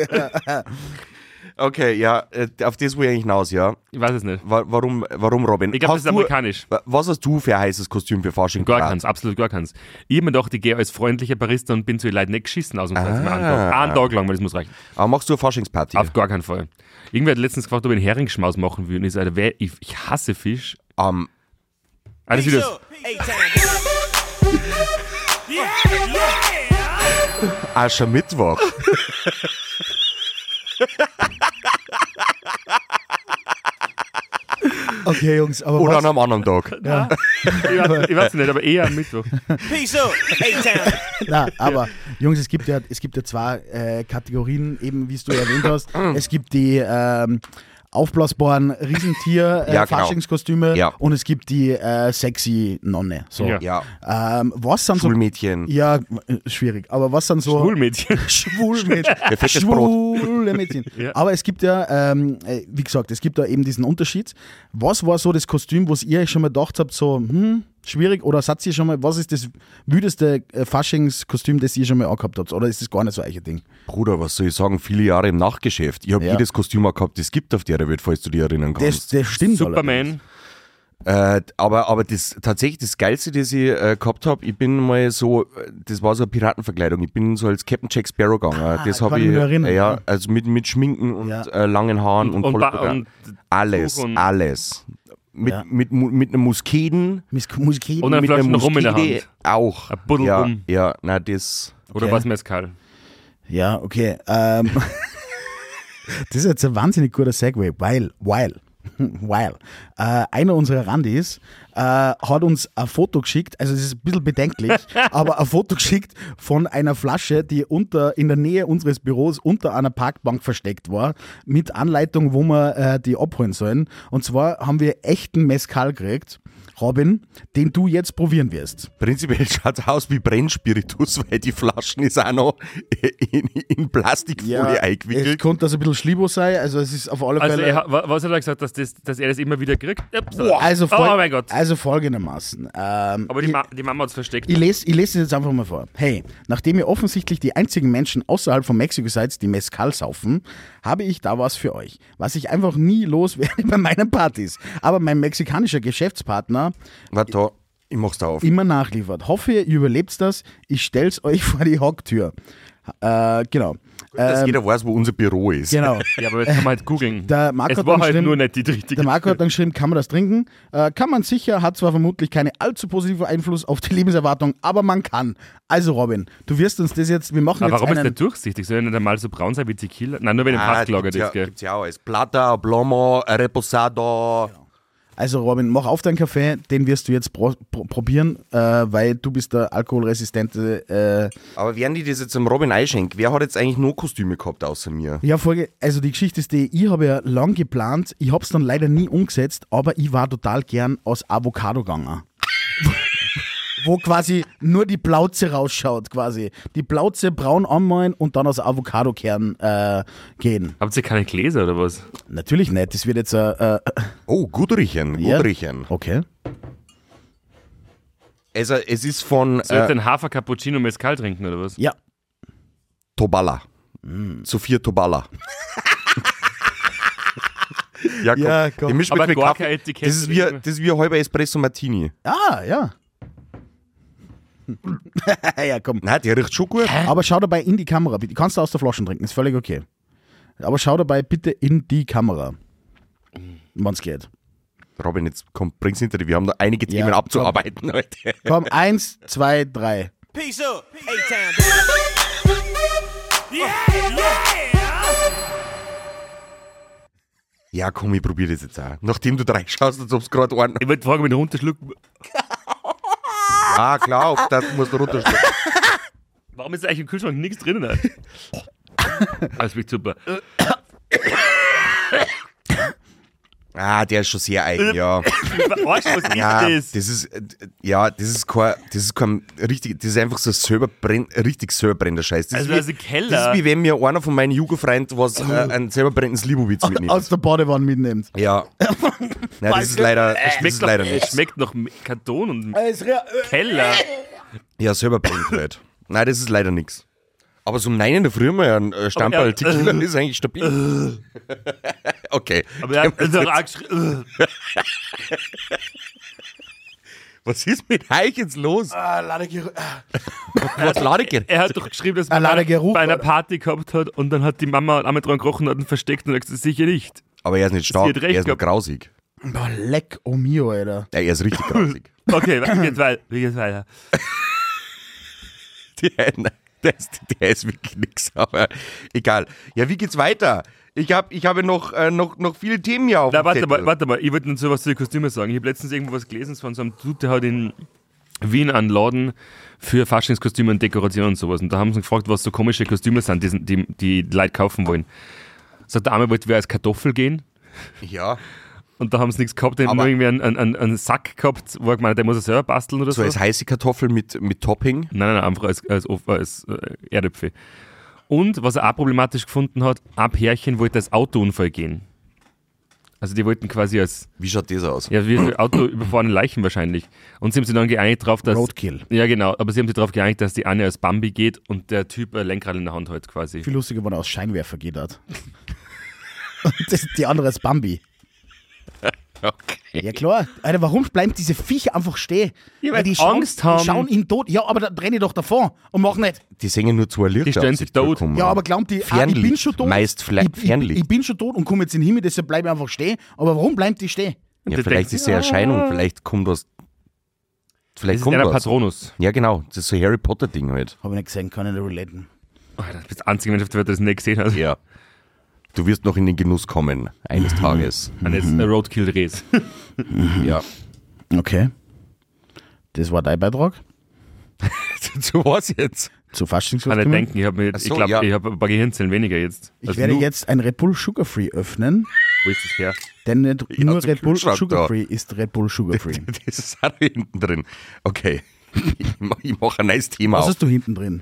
Okay, ja, äh, auf das will ich eigentlich hinaus, ja. Ich weiß es nicht. Wa- Warum, warum Robin? Ich glaube, das Hast ist du- amerikanisch. wa- Was hast du für ein heißes Kostüm für Fasching? Gar geplant? keins, absolut gar keins. Ich hab mir gedacht, ich gehe als freundlicher Barista und bin zu den Leuten nicht geschissen aus dem Kreis. Ah. Einen Tag lang, weil das muss reichen. Aber machst du eine Faschingsparty? Auf gar keinen Fall. Irgendwer hat letztens gefragt, ob ich einen Heringsschmaus machen würde. Und ich sage, wer- ich, ich hasse Fisch. Am- Alles Peace wieder. out. A-Town down. Aschermittwoch. Okay, Jungs, aber Oder was, an einem anderen Tag. Ich weiß, ich weiß nicht, aber eher am Mittwoch. Peace out. A-Town. Na, aber Jungs, es gibt ja, es gibt ja zwei äh, Kategorien, eben wie es du erwähnt hast. Mm. Es gibt die ähm, aufblasbaren Riesentier äh, Ja, genau. Faschingskostüme Ja. und es gibt die äh, sexy Nonne. So. Ja. Ja. Ähm, was sind so Schulmädchen. ja, äh, schwierig. Aber was sind so Schwulmädchen. schwul mit Perfektes schwule Mädchen. Ja. Aber es gibt ja, ähm, äh, wie gesagt, es gibt da eben diesen Unterschied. Was war so das Kostüm, was ihr euch schon mal gedacht habt, so, hm, schwierig? Oder sagt ihr schon mal, was ist das wüdeste äh, Faschingskostüm, das ihr schon mal angehabt habt? Oder ist das gar nicht so euer Ding? Bruder, was soll ich sagen? Viele Jahre im Nachtgeschäft. Ich habe Ja. jedes Kostüm auch gehabt, das es gibt auf der Welt, falls du dich erinnern Das, kannst. das stimmt. allerdings. Superman. Äh, aber aber das, tatsächlich das Geilste, das ich äh, gehabt habe, ich bin mal so, äh, das war so eine Piratenverkleidung, ich bin so als Captain Jack Sparrow gegangen. das Ah, kann habe ich ich, mich erinnern, äh, ja. ja, also mit, mit Schminken und Ja. äh, langen Haaren und, und voll- Ba- und alles, Tuch und- alles. Mit, Ja. mit, Mu- mit einer Musketen, Miss Musketen. Und dann mit Flaschen einer Rum in der Muskete Hand. auch. Ein Buddel ja, Rum. ja, na das. Oder Okay. was Mescal? Ja, okay. Ähm, das ist jetzt ein wahnsinnig guter Segway, weil, weil, weil äh, einer unserer Randis äh, hat uns ein Foto geschickt, also es ist ein bisschen bedenklich, aber ein Foto geschickt von einer Flasche, die unter, in der Nähe unseres Büros unter einer Parkbank versteckt war, mit Anleitung, wo wir äh, die abholen sollen. Und zwar haben wir echten Mescal gekriegt, Robin, den du jetzt probieren wirst. Prinzipiell schaut aus wie Brennspiritus, weil die Flaschen ist auch noch in, in Plastikfolie es eingewickelt. konnte also ein bisschen Schlibo sein, also es ist auf alle Also, Fälle... er, hat- wa- was hat er gesagt, dass, das, dass er das immer wieder kriegt? Ups. Also, oh, fol mein Gott. also folgendermaßen. Ähm, Aber die, Ma die Mama hat es versteckt. ich lese, ich lese es jetzt einfach mal vor. Hey, nachdem ihr offensichtlich die einzigen Menschen außerhalb von Mexiko seid, die Mezcal saufen, habe ich da was für euch, was ich einfach nie los werde bei meinen Partys. Aber mein mexikanischer Geschäftspartner Warte, da, ich mach's da auf. immer nachliefert. Hoffe, ihr überlebt das. Ich stell's euch vor die Hocktür. Äh, genau. dass jeder weiß, wo unser Büro ist. Genau. Ja, aber jetzt kann man halt googeln. Der Marco es hat war dann halt geschrieben- nur nicht die richtige. Der Marco hat dann geschrieben, kann man das trinken? Äh, kann man sicher, hat zwar vermutlich keine allzu positiven Einfluss auf die Lebenserwartung, aber man kann. Also Robin, du wirst uns das jetzt, wir machen aber jetzt warum ist der einen, durchsichtig? Soll er nicht einmal so braun sein wie Tequila? Nein, nur bei dem Ah, Fastlager gibt's ja, das, gell? gibt's ja auch als Plata, Blomo, Reposado. also Robin, mach auf deinen Kaffee, den wirst du jetzt pro, pro, probieren, äh, weil du bist der alkoholresistente, äh, Aber wären die das jetzt zum Robin einschenken? Wer hat jetzt eigentlich nur Kostüme gehabt außer mir? ja Folge, also die Geschichte ist die, ich habe ja lang geplant, ich habe es dann leider nie umgesetzt, aber ich war total gern aus Avocado gegangen. Wo quasi nur die Plauze rausschaut, quasi. Die Plauze braun anmalen und dann aus Avocadokern äh, gehen. Habt ihr keine Gläser oder was? Natürlich nicht. Das wird jetzt ein. Äh, Oh, Gudrichen, ja. Gudrichen. Okay. Also es ist von Soll ich äh, den Hafer Cappuccino Mezcal trinken oder was? Ja. Tobala. Sophia Tobala. ja, komm. Ja, komm. Die mischt Aber mit gar Kaffee. kein Etikett. Das ist, wie, das ist wie ein halber Espresso Martini. Ah, ja. ja, komm. Nein, der riecht schon gut. Aber schau dabei in die Kamera. bitte. Kannst du aus der Flasche trinken, ist völlig okay. Aber schau dabei bitte in die Kamera. Wenn's geht. Robin, jetzt komm, bring's hinter dir. Wir haben da einige Ja, Themen abzuarbeiten heute. Komm, eins, zwei, drei. Peace up. A town down. Ja, komm, ich probiere das jetzt auch. Nachdem du da reinschaust, als ob es gerade einen. Ich wollte fragen, wenn der runterschluckt, Ah, klar, auf das musst du runterschlucken. warum ist eigentlich im Kühlschrank nichts drin? Alter? Alles wird super. Äh, Ah, der ist schon sehr eigen, ja. Arsch, oh, was ist Ja, das? das ist, äh, ja, das ist kein, das ist kein richtig, das ist einfach so ein selber brenn, richtig selber brennender Scheiß. Das Also, ist also wie, das Keller. ist wie wenn mir einer von meinen Jugendfreunden was, äh, ein selber brennendes Libowitz Aus mitnimmt. der Badewanne mitnimmt. Ja. Nein, das ist leider, das Äh. schmeckt ist nach, leider es nicht. schmeckt nach Karton und Keller. Ja, selber brennt halt. Nein, das ist leider nichts. Aber so um neun in der Früh mal ein äh, Stamperl ja. Äh. Tequila ist eigentlich stabil. okay. Aber er hat also auch geschrien. Was ist mit euch jetzt los? Ah, Oh Was lade ich hier? Er hat doch geschrieben, dass Allein man der Geruch, bei einer oder? Party gehabt hat und dann hat die Mama einmal dran gerochen und hat ihn versteckt und hat gesagt, sicher nicht. Aber er ist nicht stark, hat recht er ist nur gehabt. grausig. Boah, leck, oh mio, Alter. Ja, er ist richtig grausig. Okay, wie geht's weiter? Wie geht's weiter? Der, nein, der, ist, der ist wirklich nix, aber egal. Ja, wie geht's weiter? Ich habe ich habe noch, äh, noch, noch viele Themen hier auf Na, dem warte Zettel. mal, warte mal, ich wollte nur so was zu den Kostümen sagen. Ich habe letztens irgendwo was gelesen von so einem Typ, der hat in Wien einen Laden für Faschingskostüme und Dekorationen und sowas. Und da haben sie gefragt, was so komische Kostüme sind, die, die, die Leute kaufen wollen. Sagt der Arme, wollte wer als Kartoffel gehen? Ja, Und da haben sie nichts gehabt, die haben Aber- nur irgendwie einen, einen- einen, einen Sack gehabt, wo er gemeint hat, der muss er selber basteln oder so so. als heiße Kartoffel mit, mit Topping. Nein, nein, einfach als, als, als, als äh, Erdäpfel. Und was er auch problematisch gefunden hat, ein Pärchen wollte als Autounfall gehen. Also die wollten quasi als Wie schaut das aus? ja, wie so Auto überfahrene Leichen wahrscheinlich. Und sie haben sich dann geeinigt darauf, dass... Roadkill. Ja, genau. Aber sie haben sich darauf geeinigt, dass die eine als Bambi geht und der Typ ein Lenkrad in der Hand hält quasi. Viel lustiger, wenn er aus Scheinwerfer geht hat. Und das, die andere ist Bambi. Okay. Ja klar. Alter, warum bleiben diese Viecher einfach stehen? Ja, weil die Angst schauen, haben. Die schauen ihn tot. Ja, aber dann renne ich doch davon und mach nicht. Die singen nur zwei Lichter. Die stellen auf sich Tür tot. kommen. Ja, aber glaubt ihr, ah, ich Fernlicht, bin schon tot. meist Fle- ich, ich, Fernlicht. ich bin schon tot und komme jetzt in den Himmel, deshalb bleibe ich einfach stehen. Aber warum bleibt die stehen? ja, du vielleicht denkst, ist die Ah. Erscheinung, vielleicht kommt was. Das Vielleicht ist kommt einer was. Patronus. Ja, genau. Das ist so Harry Potter-Ding halt. Habe ich nicht gesehen, kann ich nicht relaten. Oh, das bist der einzige Mensch auf der Welt, der das nicht gesehen hat. Ja. Du wirst noch in den Genuss kommen, eines Tages. Und jetzt ein Roadkill-Race. ja. Okay. Das war dein Beitrag Zu was jetzt? zu Kann nicht Faschingskostümen. denken. Ich, hab mir, jetzt- so, ich glaube, ja. ich habe ein paar Gehirnzellen weniger jetzt. Ich Also werde nur- jetzt ein Red Bull Sugar Free öffnen, Wo ist das her? denn nicht nur zum Red Bull Kühlschrank Sugar da. Free ist Red Bull Sugar Free. Das ist auch hinten drin. Okay. Ich mach- Ich mache ein neues Thema Was auf. hast du hinten drin?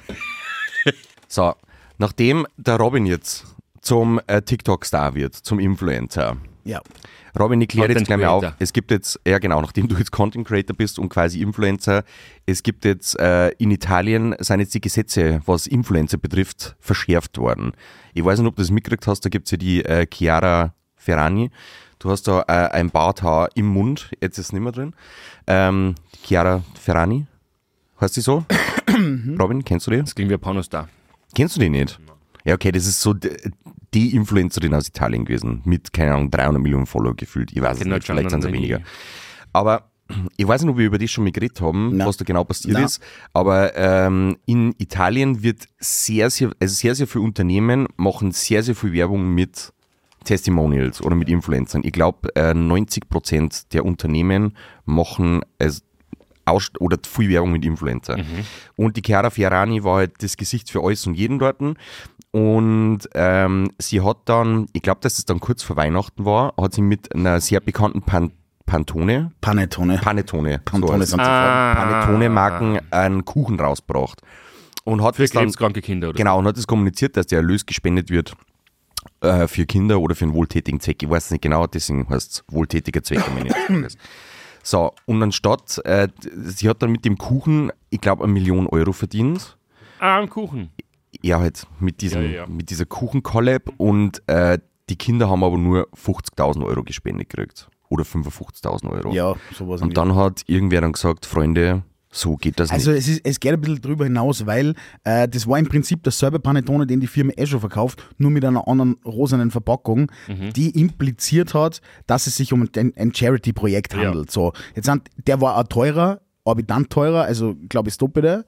So, nachdem der Robin jetzt zum äh, TikTok-Star wird, zum Influencer. Ja. Robin, ich kläre jetzt Content gleich mal auf. Creator. Es gibt jetzt, ja genau, nachdem du jetzt Content Creator bist und quasi Influencer, es gibt jetzt äh, in Italien sind jetzt die Gesetze, was Influencer betrifft, verschärft worden. Ich weiß nicht, ob du das mitgekriegt hast, da gibt es ja die äh, Chiara Ferrani. Du hast da äh, ein Barthaar im Mund, jetzt ist es nicht mehr drin. Ähm, Chiara Ferrani, heißt die so? Robin, kennst du die? Das klingt wie ein Pornostar. Kennst du die nicht? Ja, okay, das ist so d- die Influencerin aus Italien gewesen, mit, keine Ahnung, 300 Millionen Follower gefühlt. Ich weiß es Genau, nicht, vielleicht sind es Gianna weniger. Aber ich weiß nicht, ob wir über das schon mal geredet haben, Nein. was da genau passiert Nein. ist. Aber ähm, in Italien wird sehr, sehr, also sehr, sehr viele Unternehmen machen sehr, sehr viel Werbung mit Testimonials oder mit Influencern. Ich glaube, äh, 90% der Unternehmen machen also aus oder viel Werbung mit Influencer. Und die Chiara Fiorani war halt das Gesicht für alles und jeden dort. Und ähm, sie hat dann, ich glaube, dass es dann kurz vor Weihnachten war, hat sie mit einer sehr bekannten Pan Pantone, Panettone. Panettone, Pantone so so sind ah. Panettone-Marken einen Kuchen rausgebracht. Und hat Ah. Für das dann, krebskranke Kinder, oder? Genau, und hat es kommuniziert, dass der Erlös gespendet wird äh, für Kinder oder für einen wohltätigen Zweck. Ich weiß nicht genau, deswegen heißt es wohltätiger Zweck. wenn ich nicht vergesse. so, und anstatt, äh, sie hat dann mit dem Kuchen, ich glaube, eine Million Euro verdient. Ah, am Kuchen. Ja, halt, mit, diesem, Ja, ja, ja. mit dieser Kuchen-Collab und äh, die Kinder haben aber nur 50.000 Euro gespendet gekriegt. Oder 55.000 Euro. Ja, sowas. in die Und dann hat irgendwer dann gesagt, Freunde, so geht das Also nicht. es, ist, es geht ein bisschen drüber hinaus, weil äh, das war im Prinzip derselbe Panettone, den die Firma eh schon verkauft, nur mit einer anderen rosanen Verpackung, die impliziert hat, dass es sich um ein, ein Charity-Projekt handelt. So, jetzt sind, der war auch teurer, orbitant teurer, also glaube ich Stopide.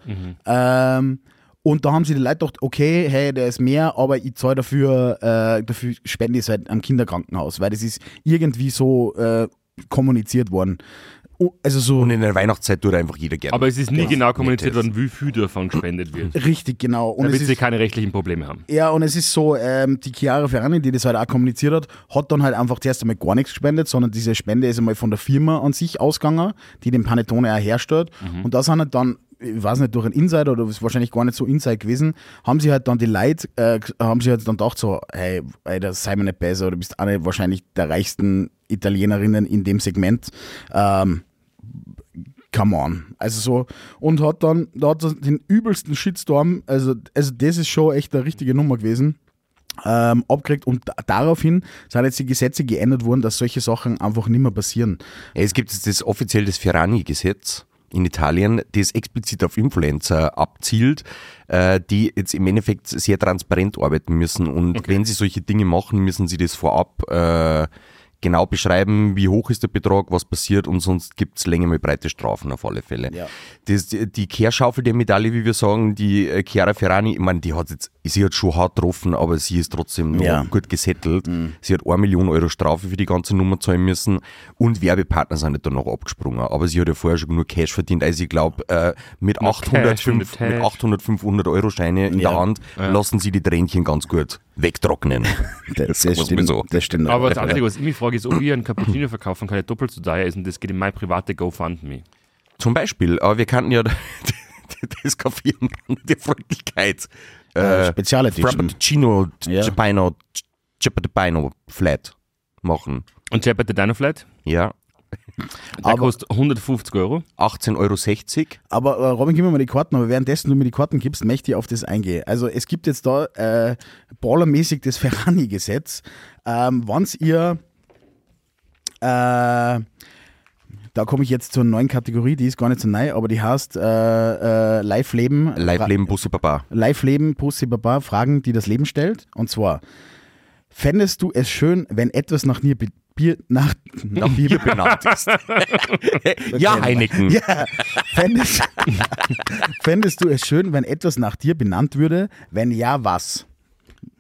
Ähm, und da haben sie die Leute gedacht, okay, hey, der ist mehr, aber ich zahle dafür, äh, dafür spende ich es halt am Kinderkrankenhaus, weil das ist irgendwie so äh, kommuniziert worden. Oh, Also so. Und in der Weihnachtszeit tut einfach jeder gerne. Aber es ist nie Ja. genau kommuniziert Nettes. worden, wie viel davon gespendet wird. Richtig, genau. Und Damit es sie ist, keine rechtlichen Probleme haben. ja, und es ist so, ähm, die Chiara Ferrani, die das halt auch kommuniziert hat, hat dann halt einfach zuerst einmal gar nichts gespendet, sondern diese Spende ist einmal von der Firma an sich ausgegangen, die den Panettone auch herstellt. Und da sind halt dann, ich weiß nicht, durch einen Insider oder ist wahrscheinlich gar nicht so Insider gewesen, haben sie halt dann die Leute, äh, haben sie halt dann gedacht so, hey, Alter, sei mir nicht besser, du bist eine wahrscheinlich der reichsten Italienerinnen in dem Segment. Ähm, come on. Also so, und hat dann, da hat er den übelsten Shitstorm, also, also das ist schon echt eine richtige Nummer gewesen, ähm, abgekriegt und da- daraufhin sind jetzt die Gesetze geändert worden, dass solche Sachen einfach nicht mehr passieren. Es gibt jetzt das offiziell das Ferrani-Gesetz in Italien, das explizit auf Influencer abzielt, äh, die jetzt im Endeffekt sehr transparent arbeiten müssen. Und wenn sie solche Dinge machen, müssen sie das vorab äh, genau beschreiben, wie hoch ist der Betrag, was passiert und sonst gibt es länger mit breite Strafen auf alle Fälle. Ja. Das, die Kehrschaufel der Medaille, wie wir sagen, die äh, Chiara Ferrani, ich meine, die hat jetzt, sie hat schon hart getroffen, aber sie ist trotzdem noch Ja. gut gesettelt. Mhm. Sie hat 1 Million Euro Strafe für die ganze Nummer zahlen müssen und Werbepartner sind nicht danach abgesprungen. Aber sie hat ja vorher schon nur Cash verdient. Also ich glaube, äh, mit, Cash, mit 805, Cash. mit 800, 500 Euro Scheine in der Hand lassen sie die Tränchen ganz gut wegtrocknen. Das, Sagen wir's mal so. das stimmt. Aber das Einzige, was ich mich frage, ist, ob ich einen Cappuccino verkaufen kann, der doppelt so teuer ist und das geht in mein private GoFundMe. Zum Beispiel, aber wir kannten ja das Kaffee am Rande der Freundlichkeit. äh, Spezialedition. Frappuccino, Ja. Chipino, Chipino Flat machen. Und Jeopardy Dino Flat, Ja, der Aber- kostet 150 Euro. 18,60 Euro. Aber äh, Robin, gib mir mal die Karten, aber währenddessen du mir die Karten gibst, möchte ich auf das eingehen. Also es gibt jetzt da äh, ballermäßig das Ferrani-Gesetz. Ähm, wann's ihr äh, da komme ich jetzt zur neuen Kategorie, die ist gar nicht so neu, aber die heißt äh, äh, Live-Leben. Leibleben, Bussi Baba. Live-Leben, Pussy Baba, Fragen, die das Leben stellt. Und zwar, fändest du es schön, wenn etwas nach mir be- Bier, nach, nach Bier benannt ist. ja, Heineken. Ja, fändest, fändest du es schön, wenn etwas nach dir benannt würde? Wenn ja, was?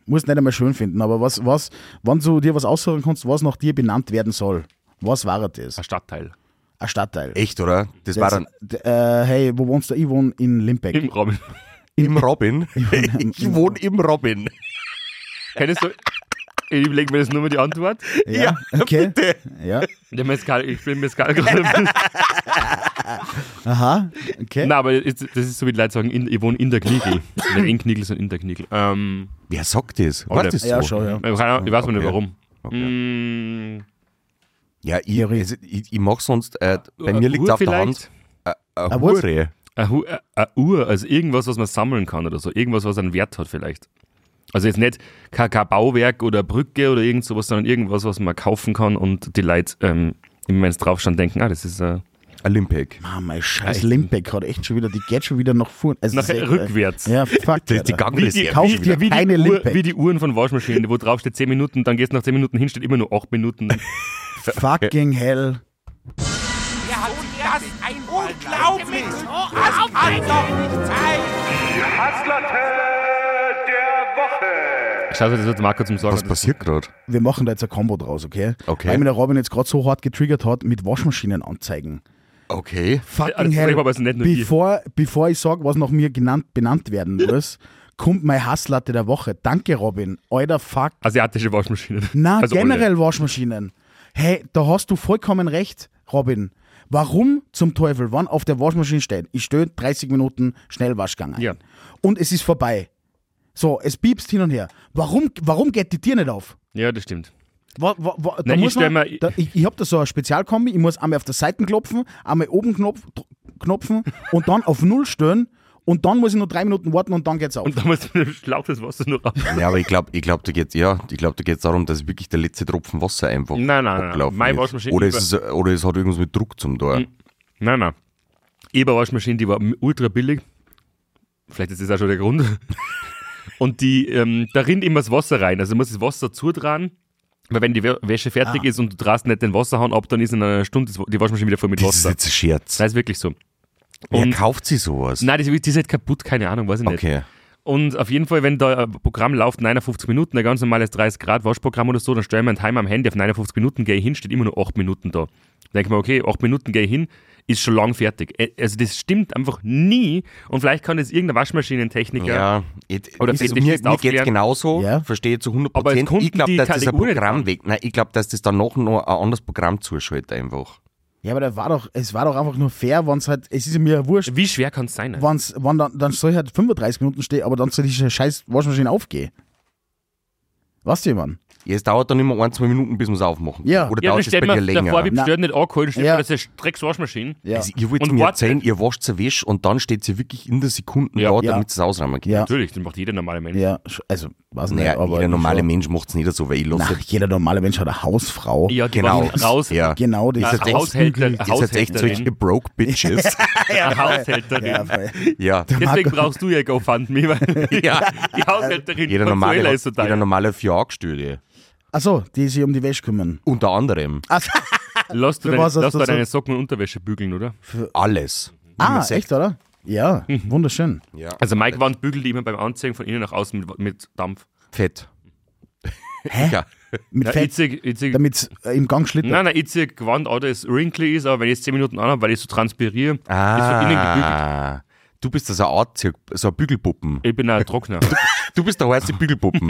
Muss nicht einmal schön finden, aber was, was, wann du dir was aussuchen kannst, was nach dir benannt werden soll? Was war das? Ein Stadtteil. Ein Stadtteil. Echt, oder? Das, war dann D- äh, hey, wo wohnst du? Ich wohne in Limbeck. Im Robin. im Robin. ich wohne im Robin. Kennst du? Ich überlege mir jetzt nur mal die Antwort. Ja, okay. Ja, Der Mescal, ich bin Mescal gerade. Nein, aha, okay. aber ist- das ist so, wie die Leute sagen, in, ich wohne in der Kniegel. Nicht in Kniegel, sondern in der Kniegel. Ähm, Wer sagt das? Oder- War das so? ja, schon, ja. ich weiß mal nicht Okay. warum. Okay. Mm, Ja, ich, Theorie. also, ich, ich mach sonst, äh, bei eine mir liegt Uhr auf der Hand vielleicht? eine Eine Wurst? Hure. Eine Hu- äh, eine Uhr, also irgendwas, was man sammeln kann oder so. Irgendwas, was einen Wert hat vielleicht. Also jetzt nicht kein, kein Bauwerk oder Brücke oder irgend sowas, sondern irgendwas, was man kaufen kann und die Leute, ähm, immer wenn es drauf stand, denken, ah, das ist ein Olympic. Ah, mein scheiß Limbeck hat echt schon wieder, die geht schon wieder nach vorn. Also Nach- das ist echt, rückwärts. Äh, ja, fuck. Die, die Alter. Gangrele ist die- ja Kauf schon wieder. dir Wie die, keine Uhr, Limbeck. wie die Uhren von Waschmaschinen, wo drauf steht 10 Minuten, dann gehst du nach 10 Minuten hin, steht immer nur 8 Minuten. Fucking hell. Er hat sich das einfallen Unglaublich! Oh, Das kann doch nicht sein! Schau dir das wird Marco zum Sorgen. Was passiert gerade? Wir machen da jetzt ein Combo draus, okay? Okay. Weil mir der Robin jetzt gerade so hart getriggert hat mit Waschmaschinenanzeigen. Okay. Fucking das hell. war aber jetzt nicht nur die. bevor, bevor ich sage, was nach mir genannt, benannt werden muss, kommt mein Hasslatte der Woche. Danke, Robin. Alter, fuck. Asiatische Waschmaschinen. Na, Also generell Waschmaschinen. Hey, da hast du vollkommen recht, Robin. Warum zum Teufel, wann auf der Waschmaschine steht? Ich stehe 30 Minuten Schnellwaschgang ein. Ja. Und es ist vorbei. So, es piepst hin und her. Warum, warum geht die Tür nicht auf? alle. Ja, das stimmt. Wa- wa- wa- da Nein, ich muss stell man- mir- da, ich, ich habe da so eine Spezialkombi, ich muss einmal auf der Seite klopfen, einmal oben knopf, knopfen und dann auf Null stellen und dann muss ich nur drei Minuten warten und dann geht's auf. Und da musst du schlaucht das Wasser noch ab. Ja, aber ich glaube, ich glaub, da geht es ja, ich glaub, da geht's darum, dass wirklich der letzte Tropfen Wasser einfach Nein, nein, nein, nein. abgelaufen Meine ist. Waschmaschine Hm, Oder es, ist, oder es hat irgendwas mit Druck zum Tor. Nein, nein. Ich habe eine Waschmaschine, die war m- ultra billig. Vielleicht ist das auch schon der Grund. Und die, ähm, da rinnt immer das Wasser rein. Also muss das Wasser zutragen. Weil wenn die Wä- Wäsche Ah. fertig ist und du drast nicht den Wasserhahn ab, dann ist in einer Stunde das Wa- die Waschmaschine wieder voll mit Das ist Wasser. jetzt ein Scherz. Das ist wirklich so. Wer Und- kauft sie sowas? Nein, die, die ist halt kaputt, keine Ahnung, weiß ich nicht. Okay. Und auf jeden Fall, wenn da ein Programm läuft, 59 Minuten, ein ganz normales 30 Grad Waschprogramm oder so, dann stelle ich mir einen Timer am Handy auf 59 Minuten, gehe ich hin, steht immer nur 8 Minuten da. Denke mir, okay, 8 Minuten gehe ich hin, ist schon lang fertig. Ä- Also das stimmt einfach nie und vielleicht kann das irgendein Waschmaschinentechniker. Ja, ich, Oder ist, Fetischist mir, mir geht's aufklären. genauso, Ja. verstehe zu 100 Aber es Prozent. konnten Ich glaube, die dass das ein keine Uhr nicht Programm haben. weg. Nein, ich glaube, dass das dann noch, noch ein anderes Programm zuschaltet einfach. Ja, aber da war doch, es war doch einfach nur fair, wenn es halt, es ist mir ja wurscht, Wie schwer kann es sein? ne? wenn's, wann dann, dann soll ich halt 35 Minuten stehen, aber dann soll die scheiß Waschmaschine aufgehen. Was du, Mann? Ja, es dauert dann immer ein, zwei Minuten, bis wir es aufmachen. Ja. Oder Ja, dann dauert es bei stellt dir man davor, länger. wie Na. bestört nicht angeholt, steht Ja. ja. das ist eine Dreckswaschmaschine. Ja. Also, ihr wollt Und mir wartet. erzählen, ihr wascht sie Wäsche und dann steht sie wirklich in der Sekunde Ja. da, Ja. damit sie es ausräumen kann. ja, Natürlich, das macht jeder normale Mensch. ja, sch- also, was nicht, Naja, aber. jeder normale so- Mensch macht es nicht so, weil ich Na, lasse halt jeder normale Mensch hat eine Hausfrau. Ja, die Genau. waren raus. Genau. Ja. Genau, das Eine ist Haushälter, Ihr seid echt solche Haushälterin. broke Bitches. Eine Haushälterin. Ja, voll. ja. Deswegen brauchst du ja GoFundMe, weil ja. die Haushälterin Jeder von normale, Suela hat, ist so teuer. jeder normale hat vier Angestühle. Achso, die sich um die Wäsche kümmern. Unter anderem. Lass du, Für deine, was hast lass du du so- deine Socken und Unterwäsche bügeln, oder? Alles. Also Ah, echt, oder? Ja, wunderschön. Ja. Also Mike Wand bügelt die immer beim Anziehen von innen nach außen mit, mit Dampf. Fett. Hä? Ja. Mit Ja, Fett, Itzig, Itzig, damit es im Gang schlittert. nein, nein, Itzig Gewand oder ist wrinkly ist, aber wenn ich es 10 Minuten anhabe, weil ich so transpiriere, ist von innen gebügelt. Ah, du bist also ein Art, so ein Bügelpuppen. Ich bin ein Trockner. Du bist der heiße Bügelpuppen.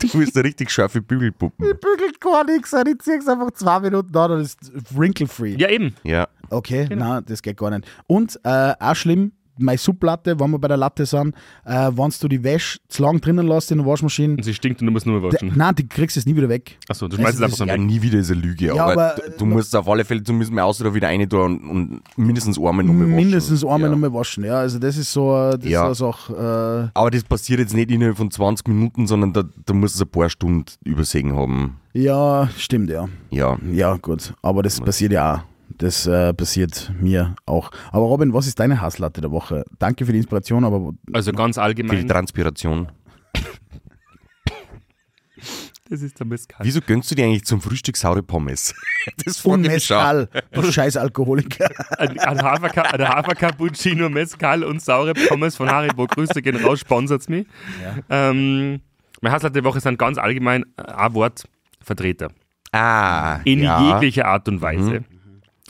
du bist eine richtig scharfe Bügelpuppen. bügelt gar nichts an, ich zieh's einfach zwei Minuten an und ist wrinkle-free. ja, eben. Ja. Okay, nein, das geht gar nicht. Und äh, auch schlimm, meine Subplatte, wenn wir bei der Latte sind, äh, wenn du die Wäsche zu lang drinnen lässt in der Waschmaschine, Und sie stinkt und du musst nur mal waschen. nein, die kriegst du jetzt nie wieder weg. Achso, du schmeißt es einfach so Ja, weg. nie wieder ist eine Lüge, aber, aber- du, du musst auf alle Fälle zumindest mal außer da wieder rein tun und, und mindestens einmal nochmal waschen. Mindestens einmal ja. nochmal waschen, ja. Also das ist so, äh, das Ja. ist auch, äh, Aber das passiert jetzt nicht innerhalb von 20 Minuten, sondern da, da muss es ein paar Stunden übersehen haben. äh, ja, stimmt, ja. Ja. Ja, gut, aber das passiert ja auch. Das äh, passiert mir auch. Aber Robin, was ist deine Hasslatte der Woche? Danke für die Inspiration, aber Also ganz Viel allgemein. Transpiration. Das ist der Misskanz. Wieso gönnst du dir eigentlich zum Frühstück saure Pommes? Das Um frag ich mich schon. Unmescal, du scheiß Alkoholiker. Ein, ein, Hafer, ein Hafer Cappuccino, Mezcal und saure Pommes von Haribo. Grüße gehen raus, sponsort's mich. Ähm, mein Hasslatte der Woche sind ganz allgemein äh, ein Wort Vertreter. Ah, in ja. Mhm. jeglicher Art und Weise.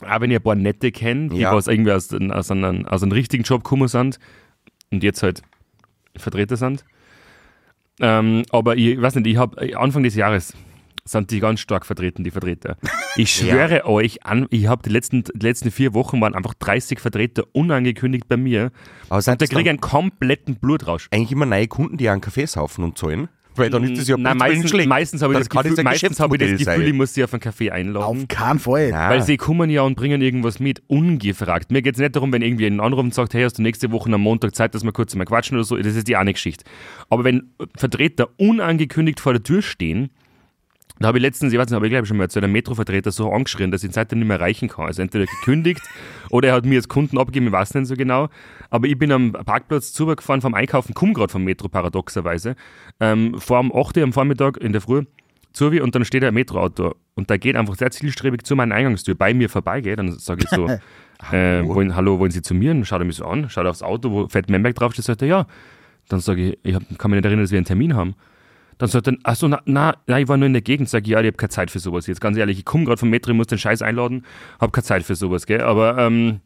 Aber wenn ihr ein paar Nette kennt, die Ja. was irgendwie aus, den- aus, einem, aus einem richtigen Job gekommen sind und jetzt halt Vertreter sind. Ähm, aber ich weiß nicht, ich habe Anfang des Jahres sind die ganz stark vertreten, die Vertreter. Ich schwöre euch an, ich habe die letzten, die letzten vier Wochen waren einfach 30 Vertreter unangekündigt bei mir. Aber sind Da das kriege ich dann einen kompletten Blutrausch. eigentlich immer neue Kunden, die einen Kaffee saufen und zahlen? Weil dann ist das ja Nein, prinzipiell meistens, schlecht. meistens habe ich Dann das, kann Gefühl, ein meistens habe ich das Geschäftsmodell Gefühl, ich sein. muss sie auf einen Kaffee einladen. Auf keinen Fall. Ah, Weil sie kommen ja und bringen irgendwas mit, ungefragt. Mir geht es nicht darum, wenn irgendwie einen anruft und sagt, hey, hast du nächste Woche am Montag Zeit, dass wir kurz mal quatschen oder so, das ist die eine Geschichte. Aber wenn Vertreter unangekündigt vor der Tür stehen Da habe ich letztens, ich weiß nicht, habe ich glaube ich schon mal erzählt, einen Metro-Vertreter so angeschrien, dass ich ihn seitdem nicht mehr erreichen kann. Also entweder gekündigt oder er hat mir als Kunden abgegeben, ich weiß nicht so genau. Aber ich bin am Parkplatz zugefahren vom Einkaufen, komme gerade vom Metro paradoxerweise, ähm, vor um 8 Uhr am Vormittag in der Früh zu mir und dann steht ein Metroauto und da geht einfach sehr zielstrebig zu meiner Eingangstür bei mir vorbei, geht. Dann sage ich so, äh, wollen, hallo, wollen Sie zu mir? Und schaut er mich so an, schaut aufs Auto, wo fett Memberg draufsteht, sagt er, ja. Dann sage ich, ich hab, kann mich nicht erinnern, dass wir einen Termin haben. Dann sagt er, ach so, na, na, na, ich war nur in der Gegend. Sag ich, ja, ich habe keine Zeit für sowas. Jetzt ganz ehrlich, ich komme gerade vom Metro, ich muss den Scheiß einladen, habe keine Zeit für sowas, gell? Aber ähm,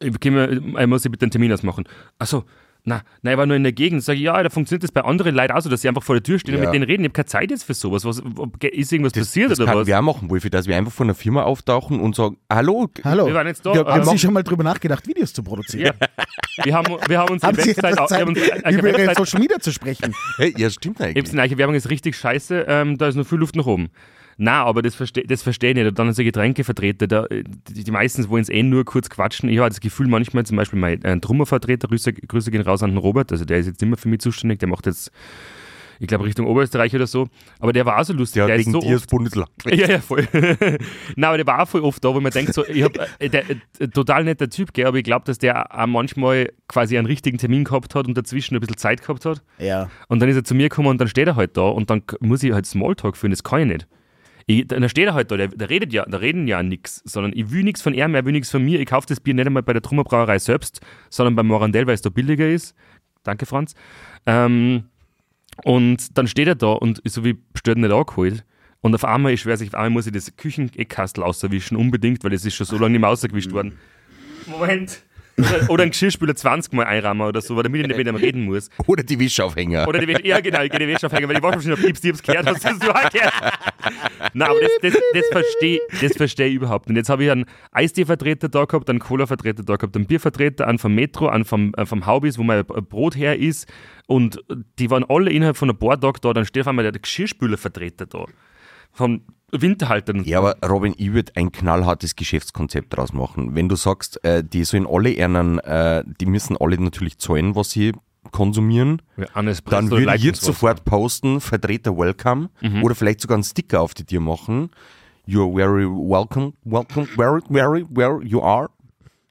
ich, geh mir, ich muss hier bitte einen Termin ausmachen. Ach so, na, na, ich war nur in der Gegend. Sag ich, ja, da funktioniert das bei anderen Leuten auch so, dass sie einfach vor der Tür stehen und Ja. mit denen reden. Ich habe keine Zeit jetzt für sowas. Was, ob- ist irgendwas passiert das oder kann was? wir auch machen, Wolfi, dass wir einfach von der Firma auftauchen und sagen, hallo, Hallo. Wir waren jetzt da, Ja, aber- haben Sie schon mal drüber nachgedacht, Videos zu produzieren? Ja. Wir haben, wir haben uns Haben die Sie Website, etwas auch- wir Zeit, haben uns, eine über Ihre Website Social Media zu sprechen? hey, ja, stimmt Ich hab's eigentlich. neue Werbung ist richtig scheiße, ähm, da ist noch viel Luft nach oben. Na, aber das verstehe das versteh ich nicht. Und dann so Getränkevertreter, da, äh, die, die meistens wollen es eh nur kurz quatschen. Ich habe das Gefühl, manchmal zum Beispiel mein äh, Trummervertreter, Grüße, Grüße gehen raus an den Robert, also der ist jetzt nicht mehr für mich zuständig, der macht jetzt, ich glaube, Richtung Oberösterreich oder so. Aber der war auch so lustig. Der hat ist wegen so dir das oft- Bundesland. ja, ja, voll. Nein, aber der war auch voll oft da, wo man denkt, so, ich hab, äh, der, äh, total netter Typ, gell, aber ich glaube, dass der auch manchmal quasi einen richtigen Termin gehabt hat und dazwischen ein bisschen Zeit gehabt hat. ja. Und dann ist er zu mir gekommen und dann steht er halt da und dann k- muss ich halt Smalltalk führen, das kann ich nicht. Ich, dann steht er halt da, der, der redet ja, da reden ja nix, sondern ich will nichts von ihm, er will nichts von mir. Ich kaufe das Bier nicht einmal bei der Trummerbrauerei selbst, sondern bei Morandell, weil es da billiger ist. Danke, Franz. Ähm, und dann steht er da und ist so wie stört nicht angeholt. Und auf einmal, ich schwör's, euch, auf einmal muss ich das Kücheneckkastel auswischen, unbedingt, weil das ist schon so lange nicht mehr ausgewischt worden. Moment. Oder, oder einen Geschirrspüler 20 Mal einrahmen oder so, weil damit ich nicht mit ihm reden muss. Oder die Wischaufhänger. Oder die Wäsche, ja genau, ich gehe die Wäsche aufhängen, weil die Waschmaschine piepst, ich hab's gehört, hast du es auch gehört? Nein, aber das, das, das verstehe das versteh ich überhaupt nicht. Jetzt habe ich einen Eistee-Vertreter da gehabt, einen Cola-Vertreter da gehabt, einen Biervertreter, einen vom Metro, einen vom, äh, vom Haubis, wo mein B- Brot her ist und die waren alle innerhalb von ein paar Tagen da, dann steht auf einmal der Geschirrspüler-Vertreter da. Vom Winterhalter. Ja, aber Robin, ich würde ein knallhartes Geschäftskonzept draus machen. Wenn du sagst, äh, die sollen alle einen, äh, die müssen alle natürlich zahlen, was sie konsumieren, dann würde ich jetzt sofort posten, Vertreter welcome Mhm. oder vielleicht sogar einen Sticker auf die Tür machen. You're very welcome, welcome, very, very, where you are.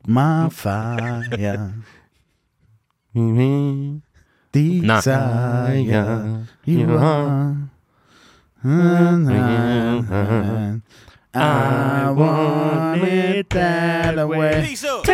Mafia. ja. Mhm. Desire. You are. I want it that way. Peace up.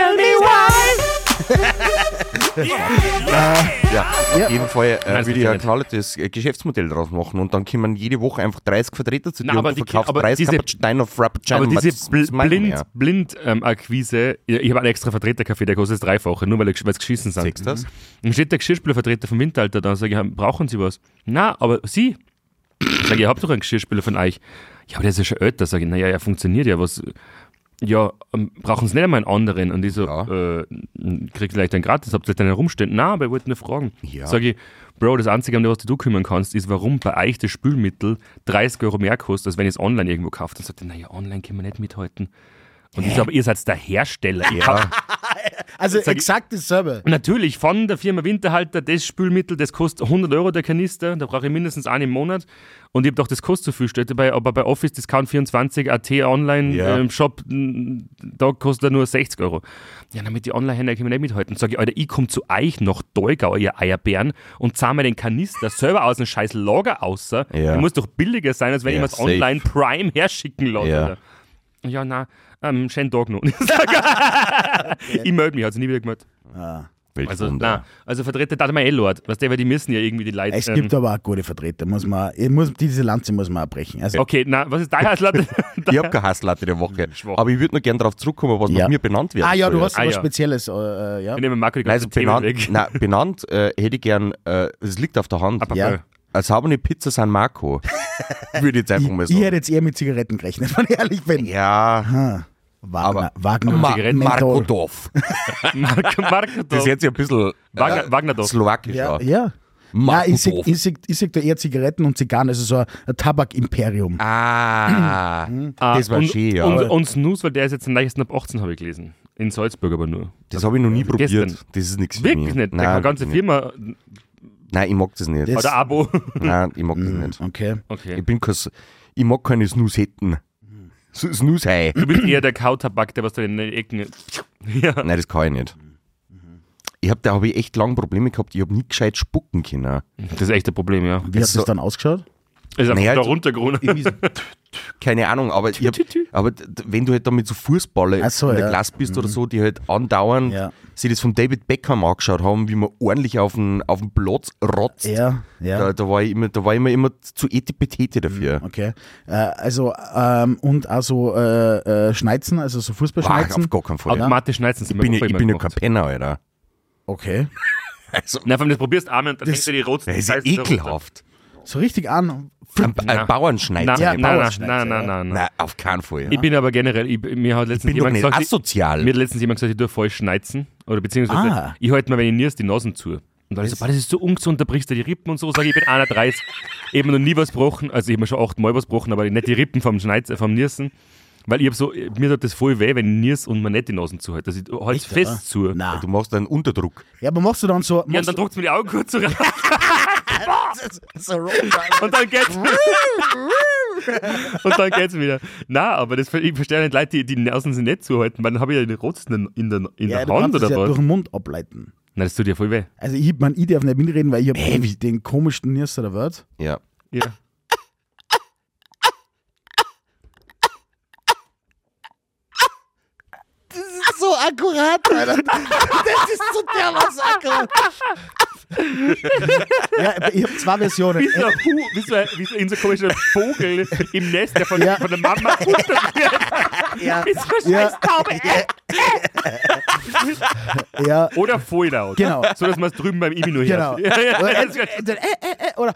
Auf jeden Fall äh, Nein, würde ich ein natürlich knallhartes äh, Geschäftsmodell draus machen und dann kommen jede Woche einfach 30 Vertreter zu dir Nein, aber und die- du verkaufst aber 30 diese- Cappuccino, Frappuccino. Aber diese was- Bl was meinen wir? blind, blind ähm, Akquise, ich, ich habe einen extra Vertreterkaffee, der kostet das Dreifache, nur weil es geschissen sind. Siehst du das? Dann steht der Geschirrspülervertreter vom Winterhalter da und sagt, ja, brauchen Sie was? Na, aber Sie? Sag ich, ihr habt doch einen Geschirrspüler von euch. Ja, aber der ist ja schon älter. Sag ich, naja, er funktioniert ja, was... Ja, ähm, brauchen Sie nicht einmal einen anderen? Und ich so, äh, n- kriegt vielleicht einen gratis, habt ihr vielleicht einen rumstehen? Na, aber ich wollte nur fragen. Ja. Sag ich, Bro, das Einzige, an das du kümmern kannst, ist, warum bei euch das Spülmittel 30 Euro mehr kostet, als wenn ich es online irgendwo kauft. Dann sagt er, naja, online können wir nicht mithalten. Und ich so, aber ihr seid der Hersteller. Ihr habt Also Sag ich- exakt dasselbe. Natürlich, von der Firma Winterhalter, das Spülmittel, das kostet 100 Euro der Kanister, da brauche ich mindestens einen im Monat. Und ich habe doch das kostet zu viel, steht dabei, aber bei Office Discount 24 AT Online Ja. ähm, Shop, m, da kostet er nur 60 Euro. Ja, damit die Online-Händler können wir nicht mithalten. Sag ich, Alter, ich komme zu euch nach Dolgau, ihr Eierbären, und zahle mir den Kanister selber aus einem scheiß Lager außer. Ja. Der muss doch billiger sein, als wenn Ja, ich mir das safe. online Prime herschicken lasse. Ja. Alter. Ja, na, ähm, schönen Tag noch. ich melde mich, hat sich nie wieder gemeldet. Also, Weltwunder. na, also Vertreter da mal eh Lord. Was der, weil die müssen ja irgendwie die ähm, Leute. Es gibt aber auch gute Vertreter, muss man, ich muss, diese Lanze muss man abbrechen. Also, okay, na, was ist da als Leute? Ich habe keine Hasslatte der Woche. Schwach. Aber ich würde noch gerne darauf zurückkommen, was Ja. nach mir benannt wird. ah ja, du hast Ah, was ja. Spezielles, äh, äh, ja. Ich nehme Marco die Nein, also ganzen Themen benannt, weg. nein, benannt äh, hätte ich gern, äh, es liegt auf der Hand. Also Papa, Ja. Als saubere Pizza San Marco. würde ich jetzt einfach mal Ich, ich sagen. hätte jetzt eher mit Zigaretten gerechnet, wenn ich ehrlich bin. Ja, Wagner, aber- Wagner, Ma Zigaretten- Marco Menthol. Dorf. Marco, Marco Das ist da. jetzt ja ein bisschen Wagner- Wagnerdorf. slowakisch. Ja, Ja, ja. Nein, Marco ich sehe Dorf. ich seh, ich seh da eher Zigaretten und Zigarren, also so ein ein Tabakimperium. Ah, Mhm. das war und, schön, ja. Und, und Snooze, weil der ist jetzt am leichtesten ab 18, habe ich gelesen. In Salzburg aber nur. das habe ich noch nie probiert. Gestern. Das ist nichts für Wirklich mich. nicht. Der Nein, kann ganze wirklich Firma nicht. Nein, ich mag das nicht. Das- Mhm. oder Abo. Nein, ich mag das nicht. Okay. Okay. Ich bin kein, ich mag keine Snoozetten. Mhm. Snoozei. Du bist eher der Kautabak, der was da in den Ecken. Ja. Nein, das kann ich nicht. Ich hab, da habe ich echt lange Probleme gehabt. Ich habe nie gescheit spucken können. Das ist echt ein Problem, ja. Wie hat so- das dann ausgeschaut? Ist einfach Naja, da so- runtergerungen. Irgendwie so, keine Ahnung, aber, ich hab, aber d- d- wenn du halt damit so Fußballer Ach so, in der ja. Mhm. Klasse bist oder so, die halt andauernd Ja. sich das von David Beckham angeschaut haben, wie man ordentlich auf den, auf den Platz rotzt. Ja, ja. Da, da war ich immer, da war ich immer, immer zu etipetete dafür. Okay. Äh, also, ähm, und also äh, äh, Schneizen, also so Ach, Fußballschneizen. auf gar keinen Fall. Automatisch schneiden sie Ich bin, ja, ich bin ja kein Penner, Alter. Okay. Nein, vor allem das probierst du einmal und dann Das- hängst du die roten Das ist ja Scheiße da runter. ekelhaft. So richtig an. Ein, Na. ein Bauernschneider. Nein, Ja, nein, nein, Bauernschneider, nein, nein, nein, nein. Nein, auf keinen Fall. Ich bin aber generell, ich, mir hat bin letztens doch jemand nicht gesagt, ich- asozial. mir hat letztens jemand gesagt, ich tue falsch schneizen. Oder beziehungsweise, Ah. ich halte mir, wenn ich nierst, die Nasen zu. Und dann ist so, "Boah, das ist so ungesund, da brichst du die Rippen und so. Sag ich, ich bin 31, eben noch nie was gebrochen. Also, ich habe mir schon achtmal was gebrochen, aber nicht die Rippen vom, Schneid, äh, vom Niersen. Weil ich hab so, mir tut das voll weh, wenn ich niers und mir nicht die Nasen zuhalte. Also, ich halte fest zu. Na. also Du machst einen Unterdruck. Ja, aber machst du dann so. Ja, und Machst, dann druckt mir die Augen kurz so rein so und dann geht's Und dann geht's wieder. Na, aber das, ich verstehe nicht Leute, die die Nasen sich nicht zuhalten, weil dann habe ich ja die Rotzen in, in der, in ja, der du Hand kannst oder es ja was. durch den Mund ableiten. Nein, das tut dir voll weh. Also ich, man, ich darf nicht mitreden, weil ich hab den komischsten Nierster der Welt. Ja. Ja. So akkurat, Alter. Das ist so dermaßen akkurat. ja, ich habe zwei Versionen. Wie so, ein Hu- wie, so, ein- wie so, in so ein komischer Vogel im Nest, der von, Ja. von der Mama gefuttert Ja, wird. So Ja. ja. Taube. ja Oder Foil out. Genau. So, dass man es drüben beim Imi nur genau. hört. Ja, ja, Oder, das ist gut. äh, äh, äh, äh, oder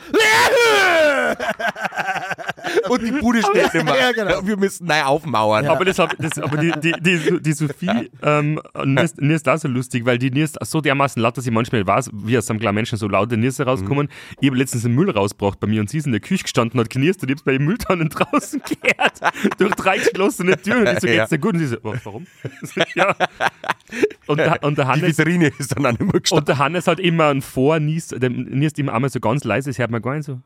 Und die Bude steht immer. Ja, genau. Wir müssen neu aufmauern. Aber, das, hab- das, aber die, die, die, die Sophie ähm, nirst, nirst auch so lustig, weil die nirst so dermaßen laut, dass ich manchmal nicht weiß, wie aus einem kleinen Menschen so laute Nirse rauskommen. Mhm. Ich habe letztens den Müll rausgebracht bei mir und sie ist in der Küche gestanden hat knirst und ich habe bei den Mülltonnen draußen gehört. durch drei geschlossene Türen. Und ich so, Ja. geht's dir gut? Und sie so, "Wa- warum? ja. und, der, und der die Hannes... Vitrine ist dann auch nicht mehr gestanden. Und der Hannes hat immer ein Vor, niest, der niest immer einmal so ganz leise, das hört man gar nicht so.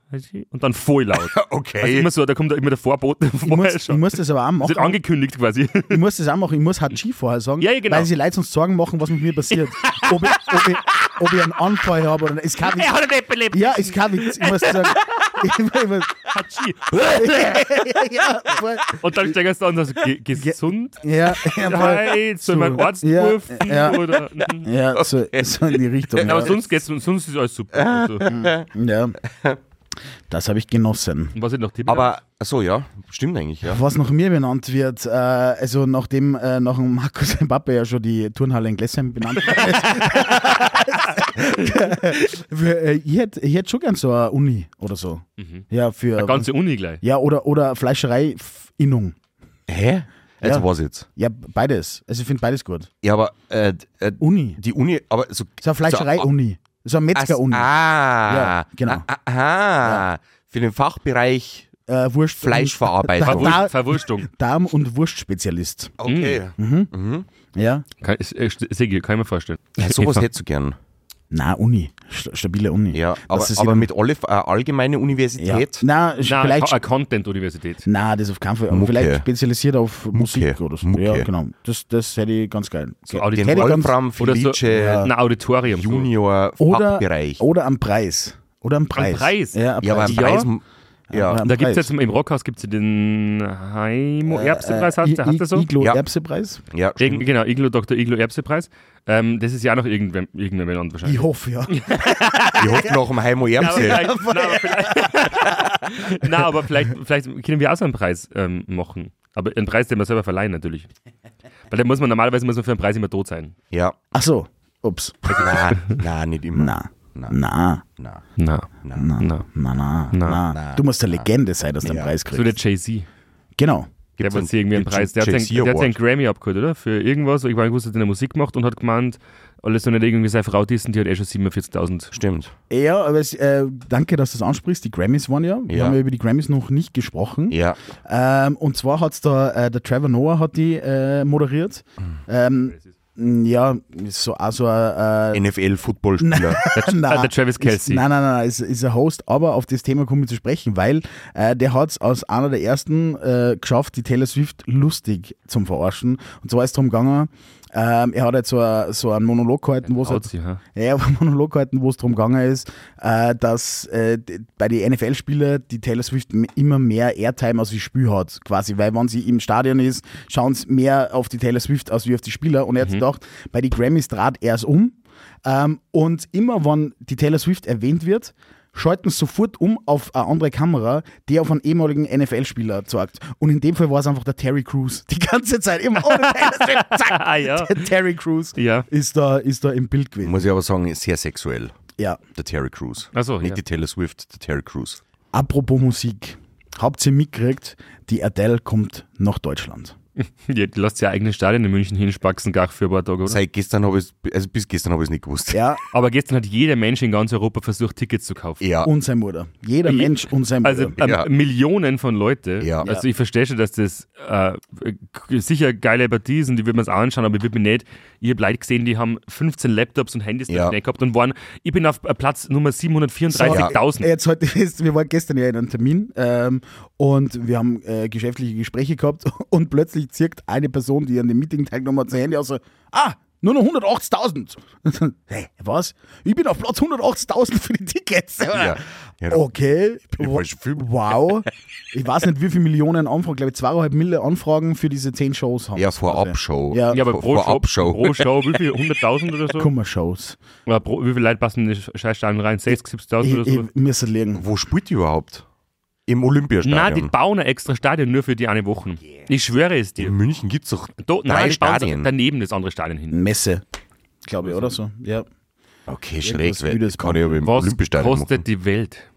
Und dann voll laut. Also Okay. immer so, da kommt da immer der Vorbote ich vorher muss, ich schon. muss das aber auch Das machen. ist angekündigt quasi. Ich muss das auch machen. Ich muss Hachi vorher sagen, Ja, ja, genau. weil sie Leute sonst Sorgen machen, was mit mir passiert. ob, ich, ob, ich, ob ich einen Anfall habe oder nicht. Ist kein Witz. einen Epilepsie. Ja, ist kein Witz. Ich muss sagen. Ich, muss- Hatschi. ja, voll. Und dann steigst du an und sagst, ge gesund? ja, ja, voll. Hey, soll mein Arzt Ja, rufen? ja. Oder, ja so, so in die Richtung. Ja, aber sonst, geht's, sonst ist alles super. Also, Mhm. und ja. Das habe ich genossen. was sind noch Tipps? Aber, ach so ja, stimmt eigentlich, ja. Was nach mir benannt wird, äh, also nachdem äh, nach dem Markus Mbappe ja schon die Turnhalle in Glessheim benannt wurde, äh, ich hätte ich hätt schon gern so eine Uni oder so. Ja, für. Mhm. Eine ganze Uni gleich. ja, oder, oder Fleischereiinnung. Hä? Also Ja. was jetzt? Ja, beides. Also ich finde beides gut. Ja, aber äh, äh, Uni. die Uni, aber so. So eine Fleischerei-Uni. So eine So, Metzger-Uni. ah, also, Ja, ja, genau. Aha. Für den Fachbereich Äh, Wurst. Fleischverarbeitung. Da- Verwurst, Verwurstung. Darm- und Wurstspezialist. Okay. Mhm. Ja? Kann, ist, ist, ist, egal, kann ich mir vorstellen. Ja, sowas hättest du gern. Na, Uni. St stabile Uni. Ja, Dass aber, es aber mit jeder- alle äh, allgemeine ja. Universität. Na, Nein, vielleicht eine Content-Universität. Na, das auf keinen Fall. Aber Mucke. vielleicht spezialisiert auf Musik oder so. Mucke. Ja, genau. Das, das hätte ich ganz geil. Audi- Den Hätte ich ganz- Wolfram Oder so Felice ein Auditorium. Junior also oder, Fachbereich. oder am Preis. Oder am Preis. Preis? Ja, am ja, aber Preis. ein Preis. Ja. So. Da gibt es jetzt im- im Rockhaus gibt's ja den Heimo Äh, Erbsepreis, heißt der, hat der so? Iglo Ja. Erbsepreis? Ja, Irgend- stimmt. genau, Iglo, Dr. Iglo Erbsepreis. Ähm, das ist ja auch noch irgendwer, irgendwer benannt wahrscheinlich. Ich hoffe, ja. ich hoffe nach dem Heimo aber Erbse. vielleicht, nein, aber vielleicht, nein, aber vielleicht, vielleicht können wir auch so einen Preis ähm, machen. Aber einen Preis, den wir selber verleihen natürlich. Weil da muss man normalerweise muss man für einen Preis immer tot sein. Ja. Ach so. Ups. Na, na, nicht immer. Na. Na. Na. Na, Na. Na. na. Na. Na. Du musst eine Legende sein, dass du einen Preis So der kriegst. Jay-Z. Genau. Der Gibt's hat jetzt irgendwie einen gibt's Preis. Der hat Jay-Z seinen, der hat seinen Award? Grammy abgeholt, oder? Für irgendwas. Ich meine, ich wusste, der hat Musik gemacht und hat gemeint, alles so nicht irgendwie seine Frau dissen, die hat eh schon 47.000. Stimmt. Ja, aber es, äh, danke, dass du das ansprichst. Die Grammys waren ja. Wir Ja. haben ja über die Grammys noch nicht gesprochen. Ja. Mhm. Ähm, und zwar hat's da, äh, der Trevor Noah hat die äh, moderiert. Ähm, ja, ist so, also äh, NFL-Footballspieler. Nein. Ah, der Travis Kelce. Ist, nein, nein, nein, nein, ist, ist ein Host, aber auf das Thema kommen wir zu sprechen, weil äh, der hat es aus einer der ersten äh, geschafft, die Taylor Swift lustig zum Verarschen. Und zwar ist es darum gegangen, ähm, er hat halt so, a, so einen Monolog gehalten, wo es halt, Haut sie, hä? ja, aber Monolog gehalten, wo es darum gegangen ist, äh, dass äh, d- bei den NFL-Spielern die Taylor Swift m- immer mehr Airtime als wie Spiel hat, quasi, weil wenn sie im Stadion ist, schauen sie mehr auf die Taylor Swift als wie auf die Spieler und er hat Mhm. gedacht, bei den Grammys draht er es um ähm, und immer wenn die Taylor Swift erwähnt wird, schalten sie sofort um auf eine andere Kamera, die auf einen ehemaligen NFL-Spieler zeigt. Und in dem Fall war es einfach der Terry Crews. Die ganze Zeit immer ohne Taylor Swift. Zack, Ah, ja. der Terry Crews Ja. ist, da, ist da im Bild gewesen. Muss ich aber sagen, ist sehr sexuell, Ja. der Terry Crews. Ach so, Nicht ja. die Taylor Swift, der Terry Crews. Apropos Musik. Habt ihr mitgekriegt, die Adele kommt nach Deutschland. Die, die lässt ihr eigenes Stadion in München hinspaxen, gar für ein paar Tage, oder? Seit gestern habe ich also bis gestern habe ich es nicht gewusst. Ja, Aber gestern hat jeder Mensch in ganz Europa versucht, Tickets zu kaufen. Ja. und sein Bruder. Jeder Je- Mensch und sein Ah. Also Bruder. ähm, Ja. Millionen von Leute. Ja. Also ich verstehe schon, dass das äh, k- sicher geile Partie sind, die wird man es anschauen, aber ich würde mir nicht, ich habe Leute gesehen, die haben 15 Laptops und Handys Ja. ja. gehabt und waren, ich bin auf äh, Platz Nummer 734.000. So, jetzt heute ist, wir waren gestern ja in einem Termin ähm, und wir haben äh, geschäftliche Gespräche gehabt und plötzlich zirkt eine Person, die an dem Meeting teilgenommen hat, sein Handy aus. so, Ah, nur noch 180.000. hey, was? Ich bin auf Platz 180.000 für die Tickets. Ja. Ja. Oh, Okay. Wa- falschen Film. Wow. Ich weiß nicht, wie viele Millionen Anfragen, glaube ich, zweieinhalb Millionen Anfragen für diese zehn Shows haben. Also, Ja, sie. Vorab-Show. Ja. Ja, aber Vor- pro Show, Vorab-Show. pro Show, wie viel? 100.000 oder so? Kummer-Shows. Oder pro, wie viele Leute passen in die Scheißstadion rein? 60, 70.000 Ich, oder ich so? müsste liegen. Wo spielt die überhaupt? Im Nein, die Olympiastadion. bauen ein extra Stadion nur für die eine Woche. Ich schwöre es dir. in München gibt es doch Do, drei nein, die bauen Stadien. daneben das andere Stadion hin. Messe, glaube ich, oder so. Ja. Okay, schräg. weil- Üdes Kann ich aber im Was Olympiastadion kostet die Welt? machen.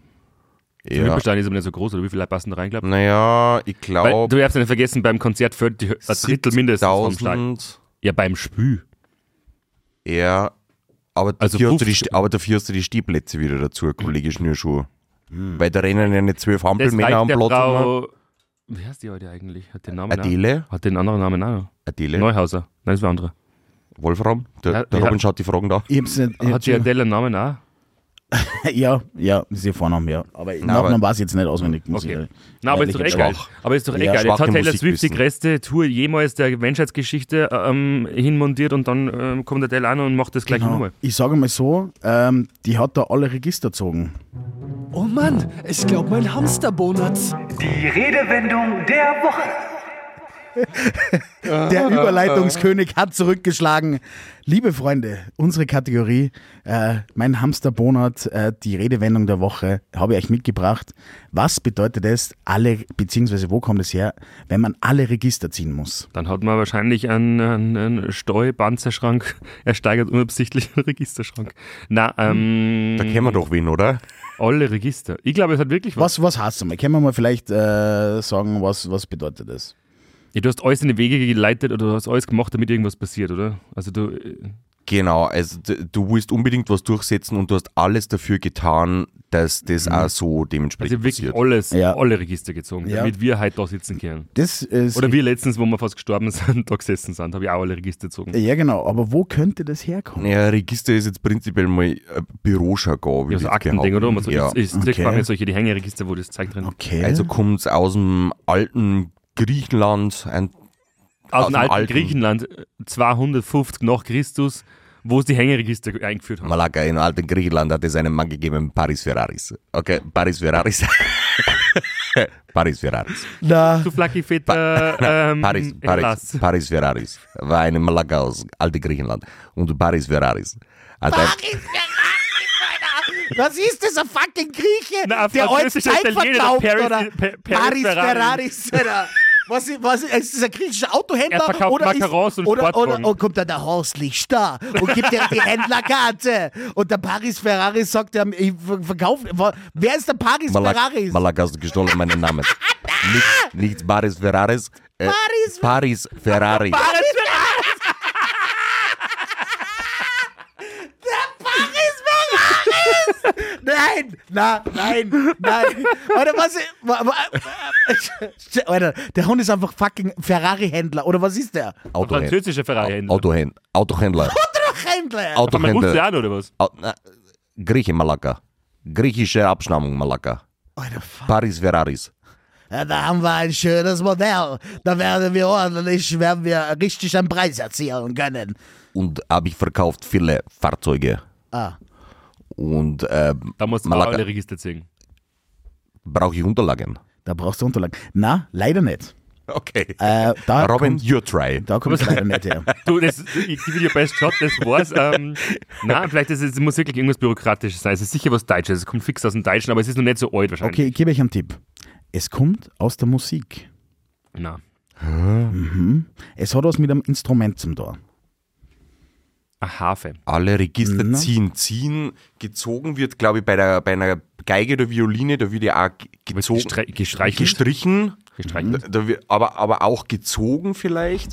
Der Ja. Olympiastadion ist aber nicht so groß, oder wie viele Leute passen da rein, glaub ich? Naja, ich Weil, du glaube darfst nicht vergessen, beim Konzert fällt die, Hö- ein Drittel mindestens vom Stadion. 1000. Ja, beim Spü. Ja, aber Also dafür, hast du die, 50. St- aber dafür hast du die Stehplätze wieder dazu, Kollege Schnürschuh. Weil da rennen ja nicht zwölf Hm. Das Hampelmänner am reicht der Platz. rum. Frau... Genau. Wie heißt die heute eigentlich? Hat den Namen Adele? Auch? Hat den anderen Namen auch? Adele? noch? Neuhauser. Nein, das war andere. Wolfram? Der, Ja, der ja. Robin schaut die Fragen da. Ich hab's nicht, ich Hat die hab's Adele einen Namen auch? ja, ja, ist ihr Vornamen, ja. Aber Nachnamen weiß ich jetzt nicht auswendig. Muss Okay. ich, Na, aber ist doch ehrlich egal. sagen. Aber ist doch Ja, egal. Jetzt schwache hat Taylor Musik Swift die wissen. größte Tour jemals der Menschheitsgeschichte ähm, hinmontiert und dann ähm, kommt der Teil an und macht das gleiche Genau. Ja, nochmal. Ich sage mal so, ähm, die hat da alle Register gezogen. Oh Mann, ich glaube, mein Hamster bonat's. Die Redewendung der Woche. Ah. Der Überleitungskönig hat zurückgeschlagen. Liebe Freunde, unsere Kategorie, äh, mein Hamster Bonat, äh, die Redewendung der Woche, habe ich euch mitgebracht. Was bedeutet es, alle, beziehungsweise wo kommt es her, wenn man alle Register ziehen muss? Dann hat man wahrscheinlich einen, einen, einen Steupanzerschrank ersteigert, unabsichtlich einen Registerschrank. Na, ähm, Da kennen wir doch wen, oder? alle Register. Ich glaube, es hat wirklich was. Was, was hast du mal? Können wir mal vielleicht äh, sagen, was, was bedeutet das? Ja, du hast alles in die Wege geleitet oder du hast alles gemacht, damit irgendwas passiert, oder? Also du, äh, Genau, also d- du willst unbedingt was durchsetzen und du hast alles dafür getan, dass das auch so Mhm. also dementsprechend wirklich passiert. alles, Ja. alle Register gezogen, Ja. damit wir halt da sitzen können. Das ist Oder wir letztens, wo wir fast gestorben sind, da gesessen sind, habe ich auch alle Register gezogen. Ja, genau, aber wo könnte das herkommen? Ja, Register ist jetzt prinzipiell mal ein Bürojargon. Ja, so Aktending, oder? Man so, ja. ja. Ich, ich Okay. okay. jetzt solche die Hängeregister, wo das zeigt drin. Okay. Also kommt es aus dem alten Griechenland, ein, Aus, dem dem alten alten. Griechenland, 250 nach Christus, wo es die Hängeregister eingeführt haben. Malaka, in alten Griechenland hat es einen Mann gegeben, Paris Ferraris. Okay, Paris Ferraris. Paris Ferraris. Na, Zu Flaky Feta, ähm, Paris, Paris, Hellas. Paris Ferraris. War eine Malaka aus alten Griechenland. Und Paris Ferraris. Hat ein- was ist das, ein fucking Grieche? Na, ein der alte französischer Zeit Italiener, verkauft, Paris- oder? Pa- Paris Paris Ferraris, oder? Was, ist- was, ist- ist das ein griechischer Autohändler? Er verkauft oder ist- Macarons und oder, oder, Sportwagen. Und kommt dann der Horstlich da und gibt dir die Händlerkarte. Und der Paris Ferraris sagt, ähm, ich ver- verkauf, wa- wer ist der Paris Malak, Ferraris? Malak hast du gestohlen meinen Namen. nicht, nicht Paris Ferraris. Äh, Paris- Paris Ferrari. Paris Ferraris! Nein, Nein, na, nein, nein. Oder was? i- wa- wa- Alter, der Hund ist einfach fucking Ferrari-Händler. Oder was ist der? Autohändler. Französische Ferrari-Händler. Autohändler. Autohändler. Händler. Man ruft sie Autohändler. an, oder was? Au- na, Grieche Malaka. Griechische Abstammung Malaka. Alter, fuck. Paris Ferraris. Ja, da haben wir ein schönes Modell. Da werden wir ordentlich, werden wir richtig einen Preis erzielen können. Und habe ich verkauft viele Fahrzeuge. Ah. Und äh, Da musst du Malaka. alle Register ziehen. brauche ich Unterlagen. Da brauchst du Unterlagen. Na, leider nicht. Okay. Äh, da Robin, kommt- you try. da kommt es leider nicht her. Du, das, ich gebe dir best shot, das war's. Ähm, nein, vielleicht ist es es muss wirklich irgendwas Bürokratisches sein. Es ist sicher was Deutsches, es kommt fix aus dem Deutschen, aber es ist noch nicht so alt wahrscheinlich. Okay, ich gebe euch einen Tipp. Es kommt aus der Musik. Nein. Es hat was mit einem Instrument zum Tor. Eine Harfe. Alle Register Na? ziehen, ziehen. Gezogen wird, glaube ich, bei, der, bei einer Geige oder Violine, da wird ja auch ge- gezogen. Gestre gestreichelt. Gestrichen. gestreichelt. Da, da, wird- aber, aber auch gezogen vielleicht.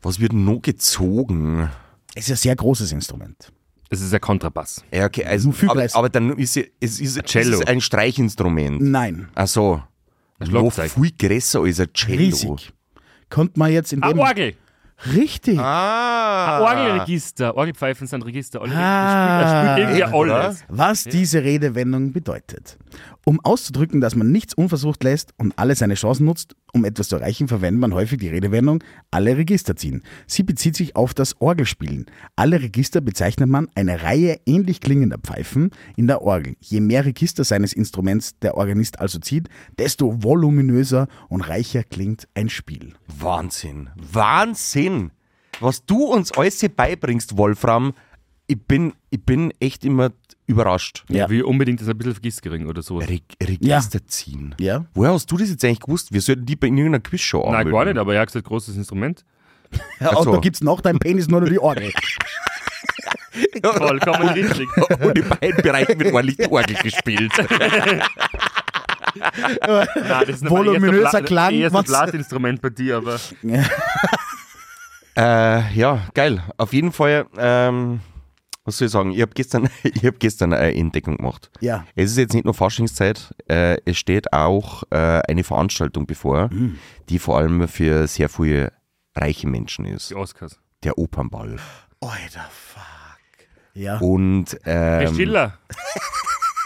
Was wird noch gezogen? Es ist ein sehr großes Instrument. Es ist ein Kontrabass. Ja, okay, also, Nur viel aber, Gleis. aber dann ist sie- es ist, es Cello. ist ein Streichinstrument. Nein, Ach so. Noch Schlagzeug. viel größer als ein Cello. riesig. Konnte man jetzt in Eine dem... Ah, Orgel. Richtig. Ein Ah. Orgelregister. Orgelpfeifen sind Register. Alle Ah. ah. spielt irgendwie alles. Was diese Redewendung bedeutet. Um auszudrücken, dass man nichts unversucht lässt und alle seine Chancen nutzt, um etwas zu erreichen, verwendet man häufig die Redewendung alle Register ziehen. Sie bezieht sich auf das Orgelspielen. Alle Register bezeichnet man eine Reihe ähnlich klingender Pfeifen in der Orgel. Je mehr Register seines Instruments der Organist also zieht, desto voluminöser und reicher klingt ein Spiel. Wahnsinn. Wahnsinn. Was du uns alles hier beibringst, Wolfram, ich bin, ich bin echt immer überrascht. Ja. Wie unbedingt ist ein bisschen Vergissgering oder so. Reg Register ziehen. Ja. Woher hast du das jetzt eigentlich gewusst? Wir sollten die bei irgendeiner Quizshow Nein, anmelden. Also, gar nicht, aber er hat gesagt, großes Instrument. Ja, Ach so. und da gibt's noch dein Penis nur noch die Orgel. Vollkommen richtig. Und in beiden Bereichen wird ordentlich die Orgel gespielt. Nein, das ist Voluminöser Pla- Klang, Eher so ein was- Blasinstrument bei dir, aber Äh, ja, geil. Auf jeden Fall, ähm, was soll ich sagen? Ich habe gestern, ich hab gestern eine Entdeckung gemacht. Ja. Es ist jetzt nicht nur Faschingszeit, äh, es steht auch äh, eine Veranstaltung bevor, Mhm. die vor allem für sehr viele reiche Menschen ist. die Oscars. Der Opernball. Alter, fuck. Ja. Und ähm, Priscilla.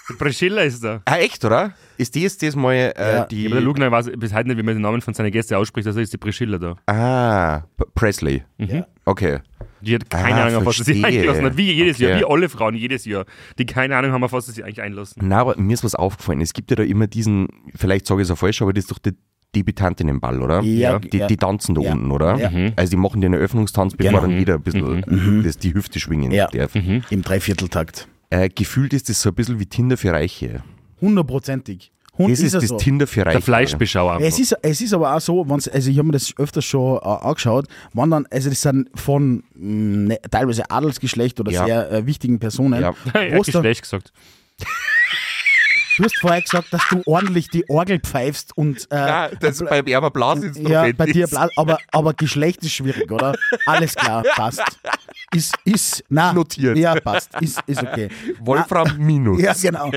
Die Priscilla ist da. ah, echt, oder? Ist die jetzt diesmal äh, Ja. die. Ja, aber der Lugner weiß bis heute nicht, wie man den Namen von seinen Gästen ausspricht, also ist die Priscilla da. ah, P- Presley. Ja. Okay. Die hat keine Ah, Ahnung, auf was sie sich verstehe. eingelassen hat. Wie jedes Okay. Jahr, wie alle Frauen jedes Jahr, die keine Ahnung haben, auf was sie sich eigentlich einlassen. Na, aber mir ist was aufgefallen. Es gibt ja da immer diesen, vielleicht sage ich es auch falsch, aber das ist doch der Debütantinnenball, oder? Ja, Die, ja. die tanzen da Ja. unten, oder? Ja. Mhm. Also die machen den Eröffnungstanz, bevor Genau. Mhm. dann jeder ein bisschen das, die Hüfte schwingen Ja. darf. Im Dreivierteltakt. Äh, gefühlt ist das so ein bisschen wie Tinder für Reiche. Hundertprozentig. Hund das ist, das so. Tinder für Reiche. Der Fleischbeschauer. Es ist, es ist aber auch so, wenn's, also ich habe mir das öfters schon äh, angeschaut, wann dann, also das sind von mh, ne, teilweise Adelsgeschlecht oder Ja. sehr äh, wichtigen Personen. Ja. Er wo's hat dann, Geschlecht gesagt. du hast vorher gesagt, dass du ordentlich die Orgel pfeifst und äh, Ja, Ah, das ist beim Erber Blasinstrument. ja, bei dir, ist. bla- aber, aber Geschlecht ist schwierig, oder? Alles klar, passt. Ist, ist, na, Notiert. Ja, passt, ist, ist okay. Wolfram Minus. Ah. Ja, genau.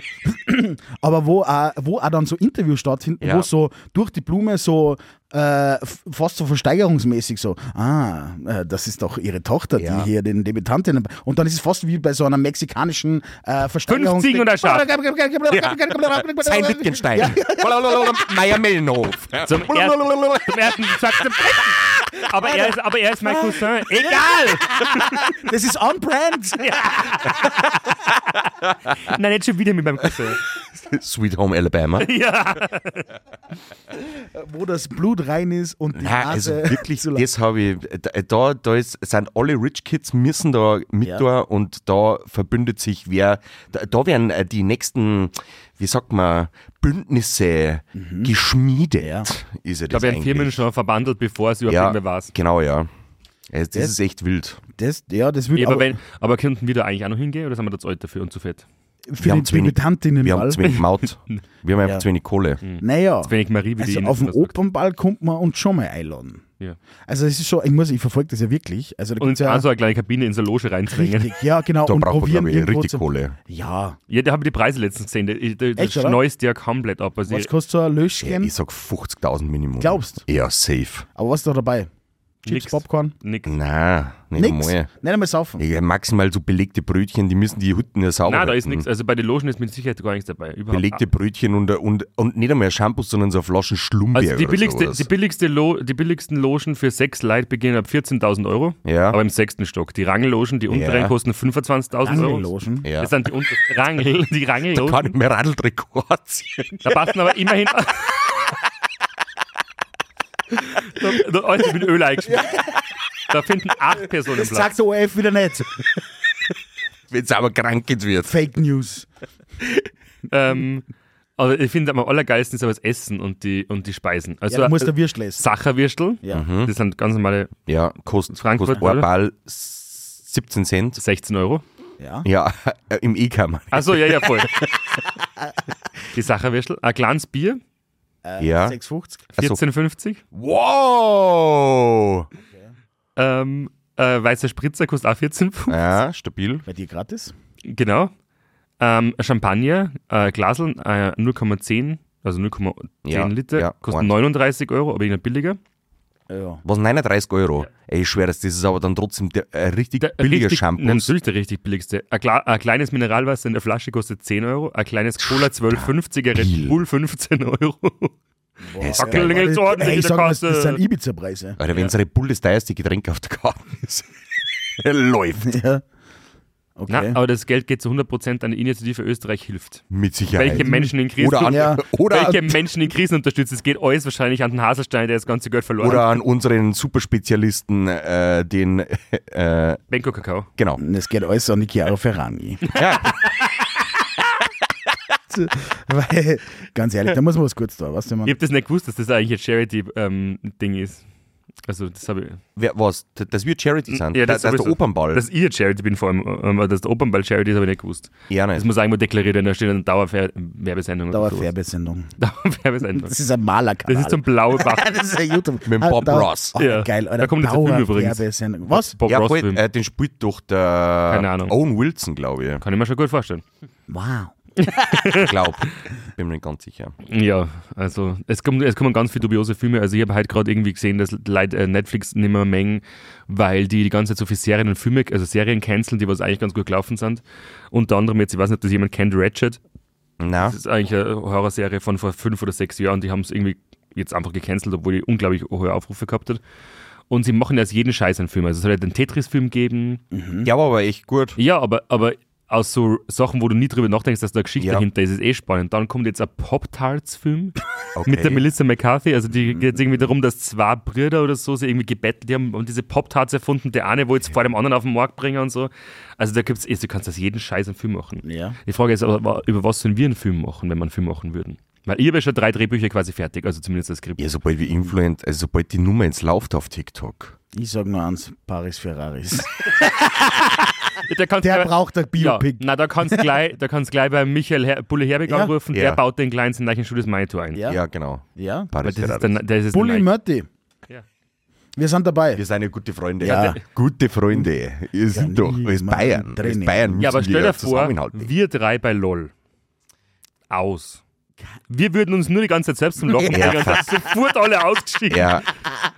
Aber wo auch, wo auch dann so Interviews stattfinden, Ja. wo so durch die Blume so äh, f- fast so versteigerungsmäßig so, ah, äh, das ist doch ihre Tochter, Ja. die hier den Debütantinnen. Und dann ist es fast wie bei so einer mexikanischen äh, Versteigerung. 50 und ein Schaf. Sein Wittgenstein. Meier Mellenhof. Zum, er zum ersten sagst du Pech. aber er, ist, aber er ist mein Cousin. Egal! Das ist on brand. Nein, jetzt schon wieder mit meinem Cousin. Sweet Home Alabama. Wo das Blut rein ist und die Ja, also Nase wirklich, zu lang. das habe ich, da, da ist, sind alle Rich Kids müssen da mit Ja. da und da verbündet sich wer, da, da werden äh, die nächsten, wie sagt man, Bündnisse Mhm. geschmiedet, ist ja das Da werden eigentlich. Firmen schon verbandelt, bevor es überhaupt ja, irgendwer war. Genau, ja. Also, das, Das- ist echt wild. das, ja, das würde Ja, aber, aber wenn, aber könnten wir da eigentlich auch noch hingehen oder sind wir da zu alt dafür und zu fett? für die zu wenig, Debütantinnen wir haben mal. zu wenig Maut, wir haben einfach Ja. zu wenig Kohle. Mhm. Naja, Wenn ich Marie wie die also Ines auf dem was sagt. Opernball kommt man uns schon mal einladen. Ja. Also es ist schon, ich muss, ich verfolge das ja wirklich. Also da Und gibt's ja also eine kleine Kabine in so eine Loge reinzwängen. richtig, ja genau. Da und braucht man, probieren glaube ich, irgendwo richtig zu- Kohle. Ja, Ja, da habe ich die Preise letztens gesehen. Da- da- Das Echt, oder? schneuzt ja komplett ab. Also was kostet so ein Ja, Löschchen? ich sag 50.000 Minimum. Glaubst? Ja, safe. Aber was ist da dabei? Chips, Nix. Popcorn? nix. Mhm. Nein, nicht Nix. einmal. Nicht einmal saufen. Ja, maximal so belegte Brötchen, die müssen die Hütten ja sauber Nein, da ist halten. nichts. Also bei den Logen ist mit Sicherheit gar nichts dabei. Überhaupt. Belegte Brötchen und, und, und nicht einmal Shampoos, sondern so Flaschen Schlumbeer Also die, oder billigste, sowas. die, billigste Lo die billigsten Logen für sechs Leute beginnen ab 14.000 Euro, Ja. aber im sechsten Stock. Die Rangellogen, die unteren, Ja. kosten 25.000 Euro. Angelogen. ja. Das sind die untersten Rangel, die da Rangellogen. kann ich mir Radlrekord ziehen. Da passen aber immerhin... da, da, also ich bin Öl eingeschmissen. Da finden acht Personen Platz. Sagt der ORF wieder nicht. Wenn es aber krank jetzt wird. Fake News. Ähm, also ich finde am allergeilsten ist aber das Essen und die, und die Speisen. Also Ja, du musst da Würstel essen. Sacherwürstel, Ja. Mhm. das sind ganz normale Ja, kostet, Frankfurt, kostet ein oder? Ball 17 Cent. 16 Euro. Ja. Ja, äh, im E-Kammer. Achso, ja, ja, voll. die Sacherwürstel, ein kleines Bier, ja. 6,50. Also, 14,50. wow! Ähm, äh, weißer Spritzer kostet auch 14,50. Ja, stabil. Bei dir gratis? Genau. Ähm, Champagner, äh, Glaseln, äh, 0,10, also 0,10 Ja, Liter, ja, kostet ordentlich. 39 Euro, aber irgendein billiger. Ja. Was, 39 Euro? Ey, ich schwör, das das ist aber dann trotzdem der, äh, richtig Der billiger richtig- Shampoo. Äh, nein, Natürlich der richtig billigste. Ein, kle ein kleines Mineralwasser in der Flasche kostet 10 Euro, ein kleines Cola 12,50, ein Red Bull 15 Euro. Hey, ist Boah, geil. Klingel- Jetzt ordentlich Ey, in ich der sag mal, das Kasse. sind Ibiza-Preise. Alter, wenn es Red Bull das teuerste Getränk auf der Karte ist, läuft. Ja. Okay. Na, aber das Geld geht zu 100% an die Initiative Österreich hilft. Mit Sicherheit. Welche Menschen in Krisen, oder an, Ja. oder, welche Menschen in Krisen unterstützt, es geht alles wahrscheinlich an den Haselstein, der das ganze Geld verloren oder hat. an unseren Superspezialisten, äh, den, äh, Benko Kakao. genau. Das geht alles an die Chiara Ferragni. Ja, Weil, ganz ehrlich, da muss man was kurz da, weißt du, man. Ich habe das nicht gewusst, dass das eigentlich ein Charity-Ding ist. Also das habe ich. wer, was? D- Das wird Charity sein. Ja, das, das hab ist ich der so- Opernball. Dass ich ein Charity bin vor allem, ähm, aber dass der Opernball Charity ist, habe ich nicht gewusst. ja, Das nein. muss irgendwo deklariert werden, da steht eine Dauerwerbesendung. oder sowas. Dauerfärbesendung. Dauerwerbesendung. Das ist ein Malerkanal. Das ist zum Blaue Bach. das ist ein YouTube. Mit dem Bob Dauer- Ross. Oh, Ja. Geil, Alter. Da kommt jetzt ein Film übrigens. Dauerwerbesendung. Was? Bob Ja, Ross voll, Film. äh, den spielt doch der Keine Ahnung. Owen Wilson, glaube ich. Kann ich mir schon gut vorstellen. Wow. Ich glaube. Bin mir nicht ganz sicher. Ja, also es kommen, es kommen ganz viele dubiose Filme. Also ich habe halt gerade irgendwie gesehen, dass Leute, äh, Netflix nicht mehr mengen, weil die die ganze Zeit so viele Serien und Filme, also Serien canceln, die was eigentlich ganz gut gelaufen sind. Unter anderem jetzt, ich weiß nicht, ob das jemand kennt, Ratchet. Na, Das ist eigentlich eine Horrorserie von vor fünf oder sechs Jahren. Die haben es irgendwie jetzt einfach gecancelt, obwohl die unglaublich hohe Aufrufe gehabt hat. Und sie machen aus jeden Scheiß einen Film. Also es soll ja den Tetris-Film geben. der war aber echt gut. Ja, aber, aber aus so Sachen, wo du nie drüber nachdenkst, dass da eine Geschichte Ja. dahinter ist, ist eh spannend. Dann kommt jetzt ein Pop-Tarts-Film. Okay. Mhm. Mit der Melissa McCarthy, also die geht irgendwie darum, dass zwei Brüder oder so sie irgendwie gebettelt die haben und diese Pop-Tarts erfunden, der eine wo jetzt vor dem anderen auf den Markt bringen und so. Also da gibt's, eh, du kannst aus jedem Scheiß einen Film machen. Ja. Die Frage ist aber, wa- über was sollen wir einen Film machen, wenn wir einen Film machen würden? Weil ich habe ja schon drei Drehbücher quasi fertig, also zumindest das Skript. Ja, sobald wir Influent, also sobald die Nummer jetzt läuft auf TikTok. Ich sag nur eins, Paris Ferraris. Der, kannst Der gleich- braucht ein ja, Biopic. na, da kannst du gleich, da kannst gleich bei Michael Her Bulle Herbig Ja. anrufen, Ja. der baut den kleinen sein Leichen Studios Manitou ein. Ja. Ja, genau. Ja. Weil Paris das ist Ferraris. dann, das ist Bulli dann Mötti. Ja. Wir sind dabei. Wir sind ja gute Freunde. Ja. Gute Freunde. Wir sind doch. Wir sind niemals Bayern. Wir sind Training. Bayern. Ja, aber müssen stell wir dir vor, zusammenhalten. wir drei bei LOL. Aus. Wir würden uns nur die ganze Zeit selbst zum Lachen Ja, bringen und dann sofort alle ausgeschieden. Ja,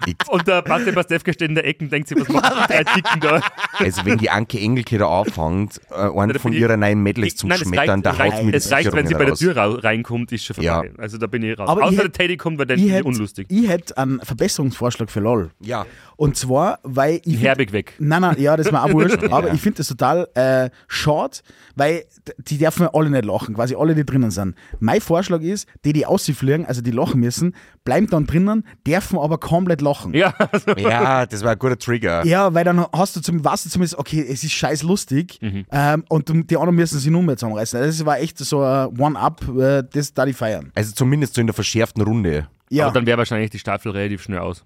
ich, Und der Patrick Pastewka steht in der Ecke und denkt sich, was machen die drei Dicken da? also wenn die Anke Engelke da anfängt, äh, einen da von bin ich- ihren neuen Medleys zum Nein, es Schmettern, reicht, da es haut reicht, mit es reicht wenn sie bei der Sicherungen Tür ra- reinkommt, ist schon vorbei. Ja. Also da bin ich raus. Aber ich Außer hätt- der Teddy kommt, weil der Ich ist hätte unlustig. hätt einen Verbesserungsvorschlag für LOL. raus. Ja, Und zwar, weil ich. Herbig weg. Nein, nein, ja, das ist mir auch wurscht, aber ich finde das total äh, schade, weil d- die dürfen ja alle nicht lachen, quasi alle, die drinnen sind. Mein Vorschlag ist, die, die ausfliegen, also die lachen müssen, bleiben dann drinnen, dürfen aber komplett lachen. Ja, also, ja, das war ein guter Trigger. Ja, weil dann hast du zum, weißt du zumindest, okay, es ist scheiß lustig Mhm. ähm, und du- die anderen müssen sich nur mehr zusammenreißen. Also Das war echt so ein One-Up, äh, das da die feiern. Also zumindest so in der verschärften Runde. Ja, Aber dann wäre wahrscheinlich die Staffel relativ schnell aus.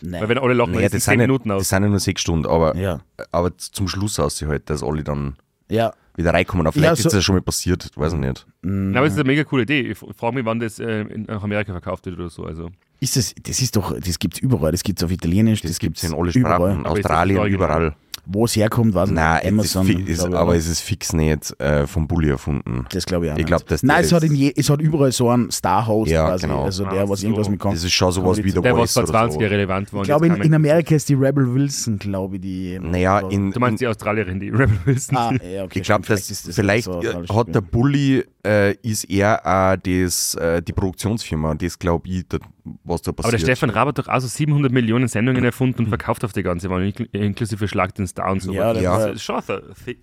Nein. Weil wenn alle lachen, dann Naja, ist das, es 10 sind ja, Minuten das aus. sind ja nur sechs Stunden, aber, Ja. aber z- zum Schluss aus sie halt, dass alle dann ja. wieder reinkommen. Aber vielleicht Ja, so- ist das schon mal passiert, weiß ich nicht. Na, aber es ist eine mega coole Idee. Ich frage mich, wann das äh, in- nach Amerika verkauft wird oder so. Also. Ist das, das ist doch, das gibt's überall. Das gibt's auf Italienisch, das, Gibt gibt's es in alle Sprachen, überall. ist das Australien, neu genau? überall. Wo es herkommt, weiß ich Nein, nicht. Amazon. es ist, fi- ist, glaub ich, aber oder? es ist fix nicht äh, vom Bulli erfunden. das glaube ich auch ich nicht. glaub, dass Nein, der es hat, in ist- je, es hat überall so einen Star-Host Ja, quasi. genau. Also der, Ach was so. irgendwas mit Das ist schon sowas wie der Der, was Voice vor oder 20 so. Jahren relevant war. und Ich glaube, jetzt in, kann in man- Amerika ist die Rebel Wilson, glaube ich, die. Naja, in, Du meinst die Australierin, die Rebel Wilson. Ah, ja, okay, Ich glaube, stimmt, vielleicht, ist das vielleicht so ein äh, australisches hat der Spiel. Bulli, äh, ist er auch das, äh, die Produktionsfirma. Das glaube ich, da, was da passiert. Aber der Stefan Raab hat doch auch so 700 Millionen Mhm. Sendungen erfunden und verkauft auf die ganze Welt, inkl- inklusive Schlag den Star und so. Ja, das das Ja. Ist, ist schon ein Thi-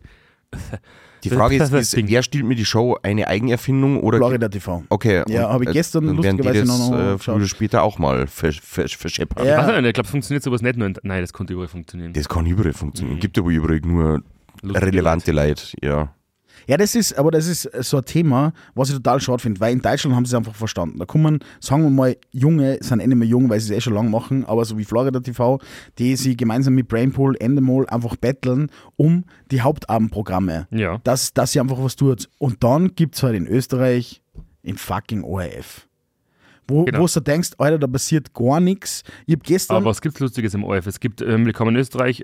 die Frage ist, Das ist Ding. wer stiehlt mir die Show? Eine Eigenerfindung oder... Florida TV. Okay. Ja, und, habe ich äh, gestern dann werden die lustigerweise das, noch- noch äh, früher geschaut. oder später auch mal versch- versch- verscheppert. Ja. Weiß ich nicht, ich glaube, funktioniert sowas nicht nur. In, nein, das konnte überall funktionieren. Das kann überall funktionieren. Gibt aber überall nur Mhm. Lustige relevante Leute. Ja. Ja, das ist, aber das ist so ein Thema, was ich total schade finde, weil in Deutschland haben sie es einfach verstanden. Da kommen, sagen wir mal, Junge, sind eh nicht mehr jung, weil sie es eh schon lange machen, aber so wie Florida TV, die sie gemeinsam mit Brainpool, Endemol einfach betteln um die Hauptabendprogramme. Ja. Dass, dass sie einfach was tut. Und dann gibt es halt in Österreich in fucking ORF. Wo, Genau. wo du denkst, Alter, da passiert gar nichts. Ich hab gestern. Aber was gibt's Lustiges im ORF? Es gibt ähm, Willkommen in Österreich.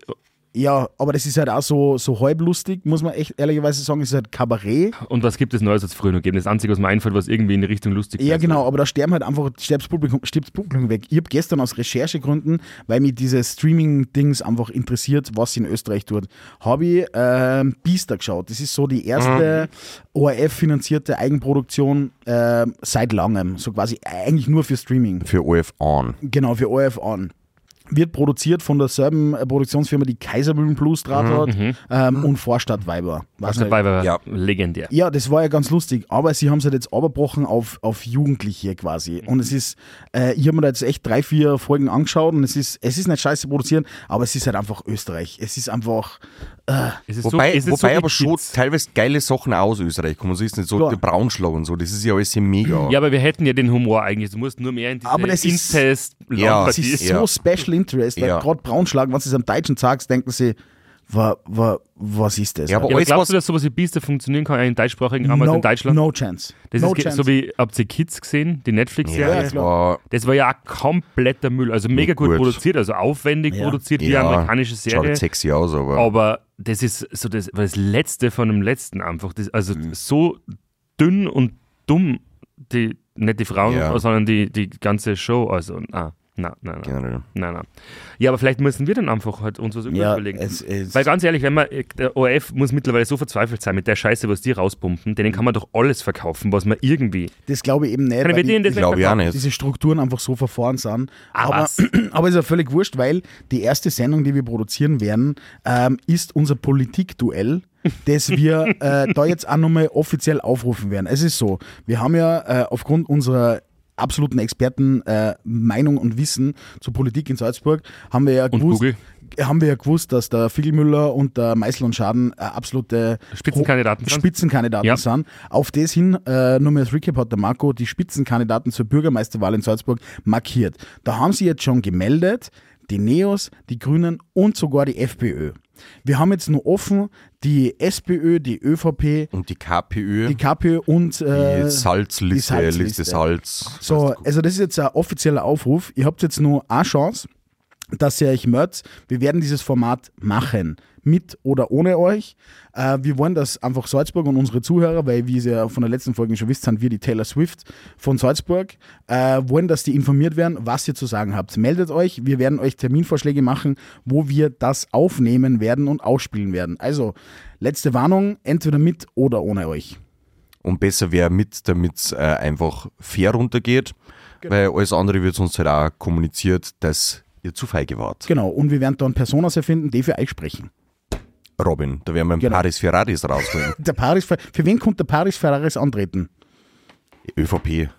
Ja, aber das ist halt auch so, so halblustig, muss man echt ehrlicherweise sagen. Es ist halt Kabarett. Und was gibt es Neues als früher noch gegeben? Das Einzige, was mir einfällt, was irgendwie in die Richtung lustig Ja, ist. genau, aber da sterben halt einfach, stirbt das Publikum, stirbt das Publikum weg. Ich habe gestern aus Recherchegründen, weil mich diese Streaming-Dings einfach interessiert, was sie in Österreich tut, habe ich ähm, Biester geschaut. Das ist so die erste ORF-finanzierte Eigenproduktion ähm, seit langem. So quasi eigentlich nur für Streaming. Für OF On. Genau, für ORF an. Wird produziert von derselben äh, Produktionsfirma, die Kaisermühlen Blues draht hat ähm, und Vorstadt Weiber. Weiß nicht. Dabei war Ja. legendär. Ja, das war ja ganz lustig, aber sie haben es halt jetzt abgebrochen auf, auf Jugendliche quasi. Mhm. Und es ist, äh, ich habe mir da jetzt echt drei, vier Folgen angeschaut und es ist, es ist nicht scheiße produzieren, aber es ist halt einfach Österreich. Es ist einfach, Es ist Wobei, so, es ist wobei so aber wie schon Kids. teilweise geile Sachen aus Österreich kommen. So ist nicht so Klar. der Braunschlag und so. Das ist ja alles sehr mega. Ja, aber wir hätten ja den Humor eigentlich. Du musst nur mehr in diese Aber das ist- incest Ja, es ist Ja. so Special Interest, weil Ja. gerade Braunschlag, wenn du es am Deutschen sagst, denken sie, wa, wa, was ist das? Ja, aber ja, aber alles, glaubst was du, dass sowas wie Biester funktionieren kann, auch in deutschsprachigen Raum, also no, in Deutschland? no chance. Das no ist ge- chance. so wie, habt ihr Kids gesehen, die Netflix-Serie? ja, Ja, das klar. war Das war ja auch kompletter Müll. Also mega gut, gut. produziert, also aufwendig Ja. produziert, wie eine amerikanische Schaut Serie. jetzt sexy aus, aber. Aber das ist so das, das Letzte von dem Letzten einfach. Das, also Mhm. so dünn und dumm, die, nicht die Frauen, Ja. sondern die, die ganze Show. Also, na, na, na, na. generell. Nein, nein. Ja, aber vielleicht müssen wir dann einfach halt uns was Genau. Ja, überlegen. es- es- Weil ganz ehrlich, wenn man, äh, der ORF muss mittlerweile so verzweifelt sein mit der Scheiße, was die rauspumpen, denen kann man doch alles verkaufen, was man irgendwie. das glaube ich eben nicht. Kann ich weil mit denen die- das nicht Glaube ich auch verkaufen? nicht. Genau, diese Strukturen einfach so verfahren sind. Aber, was? aber ist ja völlig wurscht, weil die erste Sendung, die wir produzieren werden, ähm, ist unser Politikduell, das wir äh, da jetzt auch nochmal offiziell aufrufen werden. Es ist so, wir haben ja äh, aufgrund unserer absoluten Experten äh, Meinung und Wissen zur Politik in Salzburg haben wir ja gewusst, Google. haben wir ja gewusst, dass der Figelmüller und der Meißel und Schaden äh, absolute Spitzenkandidaten sind. Spitzenkandidaten Ja. sind. Auf das hin, äh, nur mal als Recap hat der Marco die Spitzenkandidaten zur Bürgermeisterwahl in Salzburg markiert. Da haben sie jetzt schon gemeldet, die Neos, die Grünen und sogar die FPÖ. Wir haben jetzt nur offen die SPÖ, die ÖVP, Und die KPÖ, die, die KPÖ und äh, Salzliste, die Salzliste. Liste Salz. so, also das ist jetzt ein offizieller Aufruf. Ihr habt jetzt nur eine Chance, dass ihr euch meldet. Wir werden dieses Format machen, mit oder ohne euch. Äh, wir wollen, dass einfach Salzburg und unsere Zuhörer, weil wie ihr ja von der letzten Folge schon wisst, sind wir die Taylor Swift von Salzburg, äh, wollen, dass die informiert werden, was ihr zu sagen habt. Meldet euch, wir werden euch Terminvorschläge machen, wo wir das aufnehmen werden und ausspielen werden. Also, letzte Warnung, entweder mit oder ohne euch. Und besser wäre mit, damit es äh, einfach fair runtergeht, Genau. weil alles andere wird sonst halt auch kommuniziert, dass ihr zu feige wart. Genau, und wir werden dann Personas erfinden, die für euch sprechen. Robin, da werden wir ein Genau. Paris Ferraris rausholen. Der Paris, Fer- für wen konnte der Paris Ferraris antreten? ÖVP.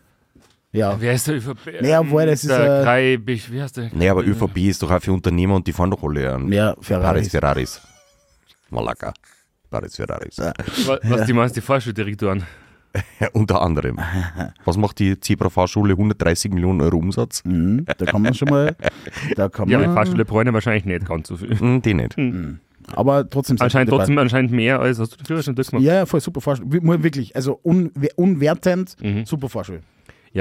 Ja. Wer ist der ÖVP? Naja, boah, das ist, Der äh, Kai, Bisch- wie heißt der? Nee, aber ÖVP ist doch auch für Unternehmer und die fahren doch alle an. Ja, Paris Ferraris. Ferraris. Malaka. Paris Ferraris. Wa- Was die meinst, die Fahrschuldirektoren? Ja, unter anderem. Was macht die Zebra-Fahrschule? 130 Millionen Euro Umsatz? Hm. Mhm, da kann man schon mal. Da kann Ja, die man. Fahrschule bräunen wahrscheinlich nicht ganz so viel. Hm, die nicht. Aber trotzdem sehr Anscheinend gute trotzdem anscheinend mehr als hast du den Führerschein Wahl. durchgemacht. Ja. Ja, ja, voll super Vorschlag. Wir- mu- Wirklich, also unwe- unwertend, Mhm. super Vorschlag.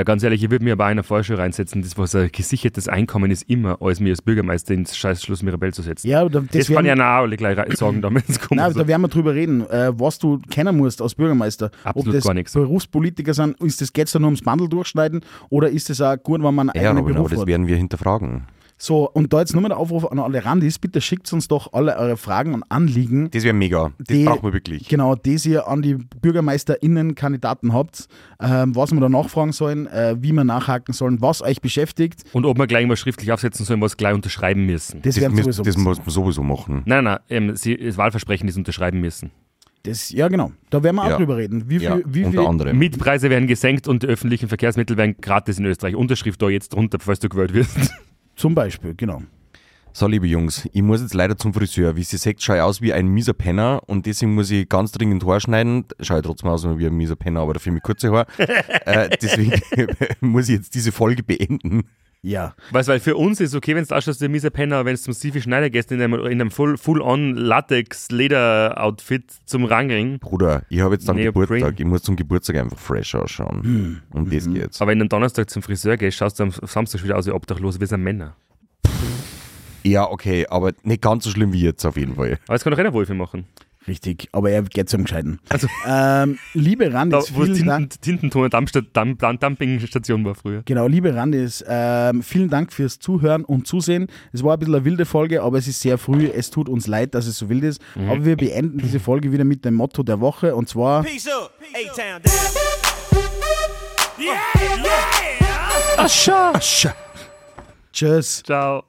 ganz ehrlich, ich würde mir aber einer Vorschau reinsetzen, das was ein gesichertes Einkommen ist, immer als mir als Bürgermeister ins scheiß Schloss Mirabell zu setzen. Ja, da- das das werden- kann ich ja auch alle gleich rein- sagen, damit es kommt. Nein, Also, da werden wir drüber reden, äh, was du kennen musst als Bürgermeister. Absolut Ob das gar nichts. Berufspolitiker sind, ist das geht da nur ums Bandel durchschneiden oder ist es auch gut, wenn man einen Ja, eigenen Robin, genau aber genau, Beruf das hat? werden wir hinterfragen. So, und da jetzt nur mal der Aufruf an alle Randis, bitte schickt uns doch alle eure Fragen und Anliegen. Das wäre mega. Das die- brauchen wir wirklich. Genau, die ihr an die BürgermeisterInnen-Kandidaten habt, ähm, was wir da nachfragen sollen, äh, wie wir nachhaken sollen, was euch beschäftigt. und ob wir gleich mal schriftlich aufsetzen sollen, was wir gleich unterschreiben müssen. Das, Das, werden wir müsst, sowieso. Hm. das wissen. muss man sowieso machen. Nein, nein, ähm, sie, das Wahlversprechen ist unterschreiben müssen. das, ja, genau. Da werden wir auch Ja. drüber reden. Wie viel, Ja, wie viel, unter anderem. Mietpreise werden gesenkt und die öffentlichen Verkehrsmittel werden gratis in Österreich. Unterschrift da jetzt drunter, falls du gewählt wirst. Zum Beispiel, genau. So, liebe Jungs, ich muss jetzt leider zum Friseur. Wie sie sagt, schaue ich aus wie ein mieser Penner und deswegen muss ich ganz dringend Haar schneiden. Schaue ich trotzdem aus wie ein mieser Penner, aber dafür mit kurze Haar. äh, deswegen muss ich jetzt diese Folge beenden. Ja. Weißt, weil für uns ist okay, wenn du ausschaust wie ein mieser Penner, wenn du zum Stevie Schneider gehst in einem, in einem Full- Full-on-Latex-Leder-Outfit zum Rangeln, Bruder, ich habe jetzt dann Neopren. Geburtstag. Ich muss zum Geburtstag einfach fresh ausschauen. Um das geht's. aber wenn du am Donnerstag zum Friseur gehst, schaust du am Samstag schon wieder aus wie Obdachlose, wie sind Männer. Ja, okay, aber nicht ganz so schlimm wie jetzt auf jeden Fall. Aber es kann doch einer Wolfi machen. Richtig, aber er geht zum Gescheiten. Also- ähm, liebe Da, Randis, wo es vielen Dank. Tinten, Tintentoner Dampfstadt- Dam- Dam- Dumpingstation war früher. Genau, liebe Randis, ähm, vielen Dank fürs Zuhören und Zusehen. Es war ein bisschen eine wilde Folge, aber es ist sehr früh. Es tut uns leid, dass es so wild ist. Mhm. Aber wir beenden diese Folge wieder mit dem Motto der Woche und zwar. Peace up. A-Town down. Ascha! Tschüss. Ciao.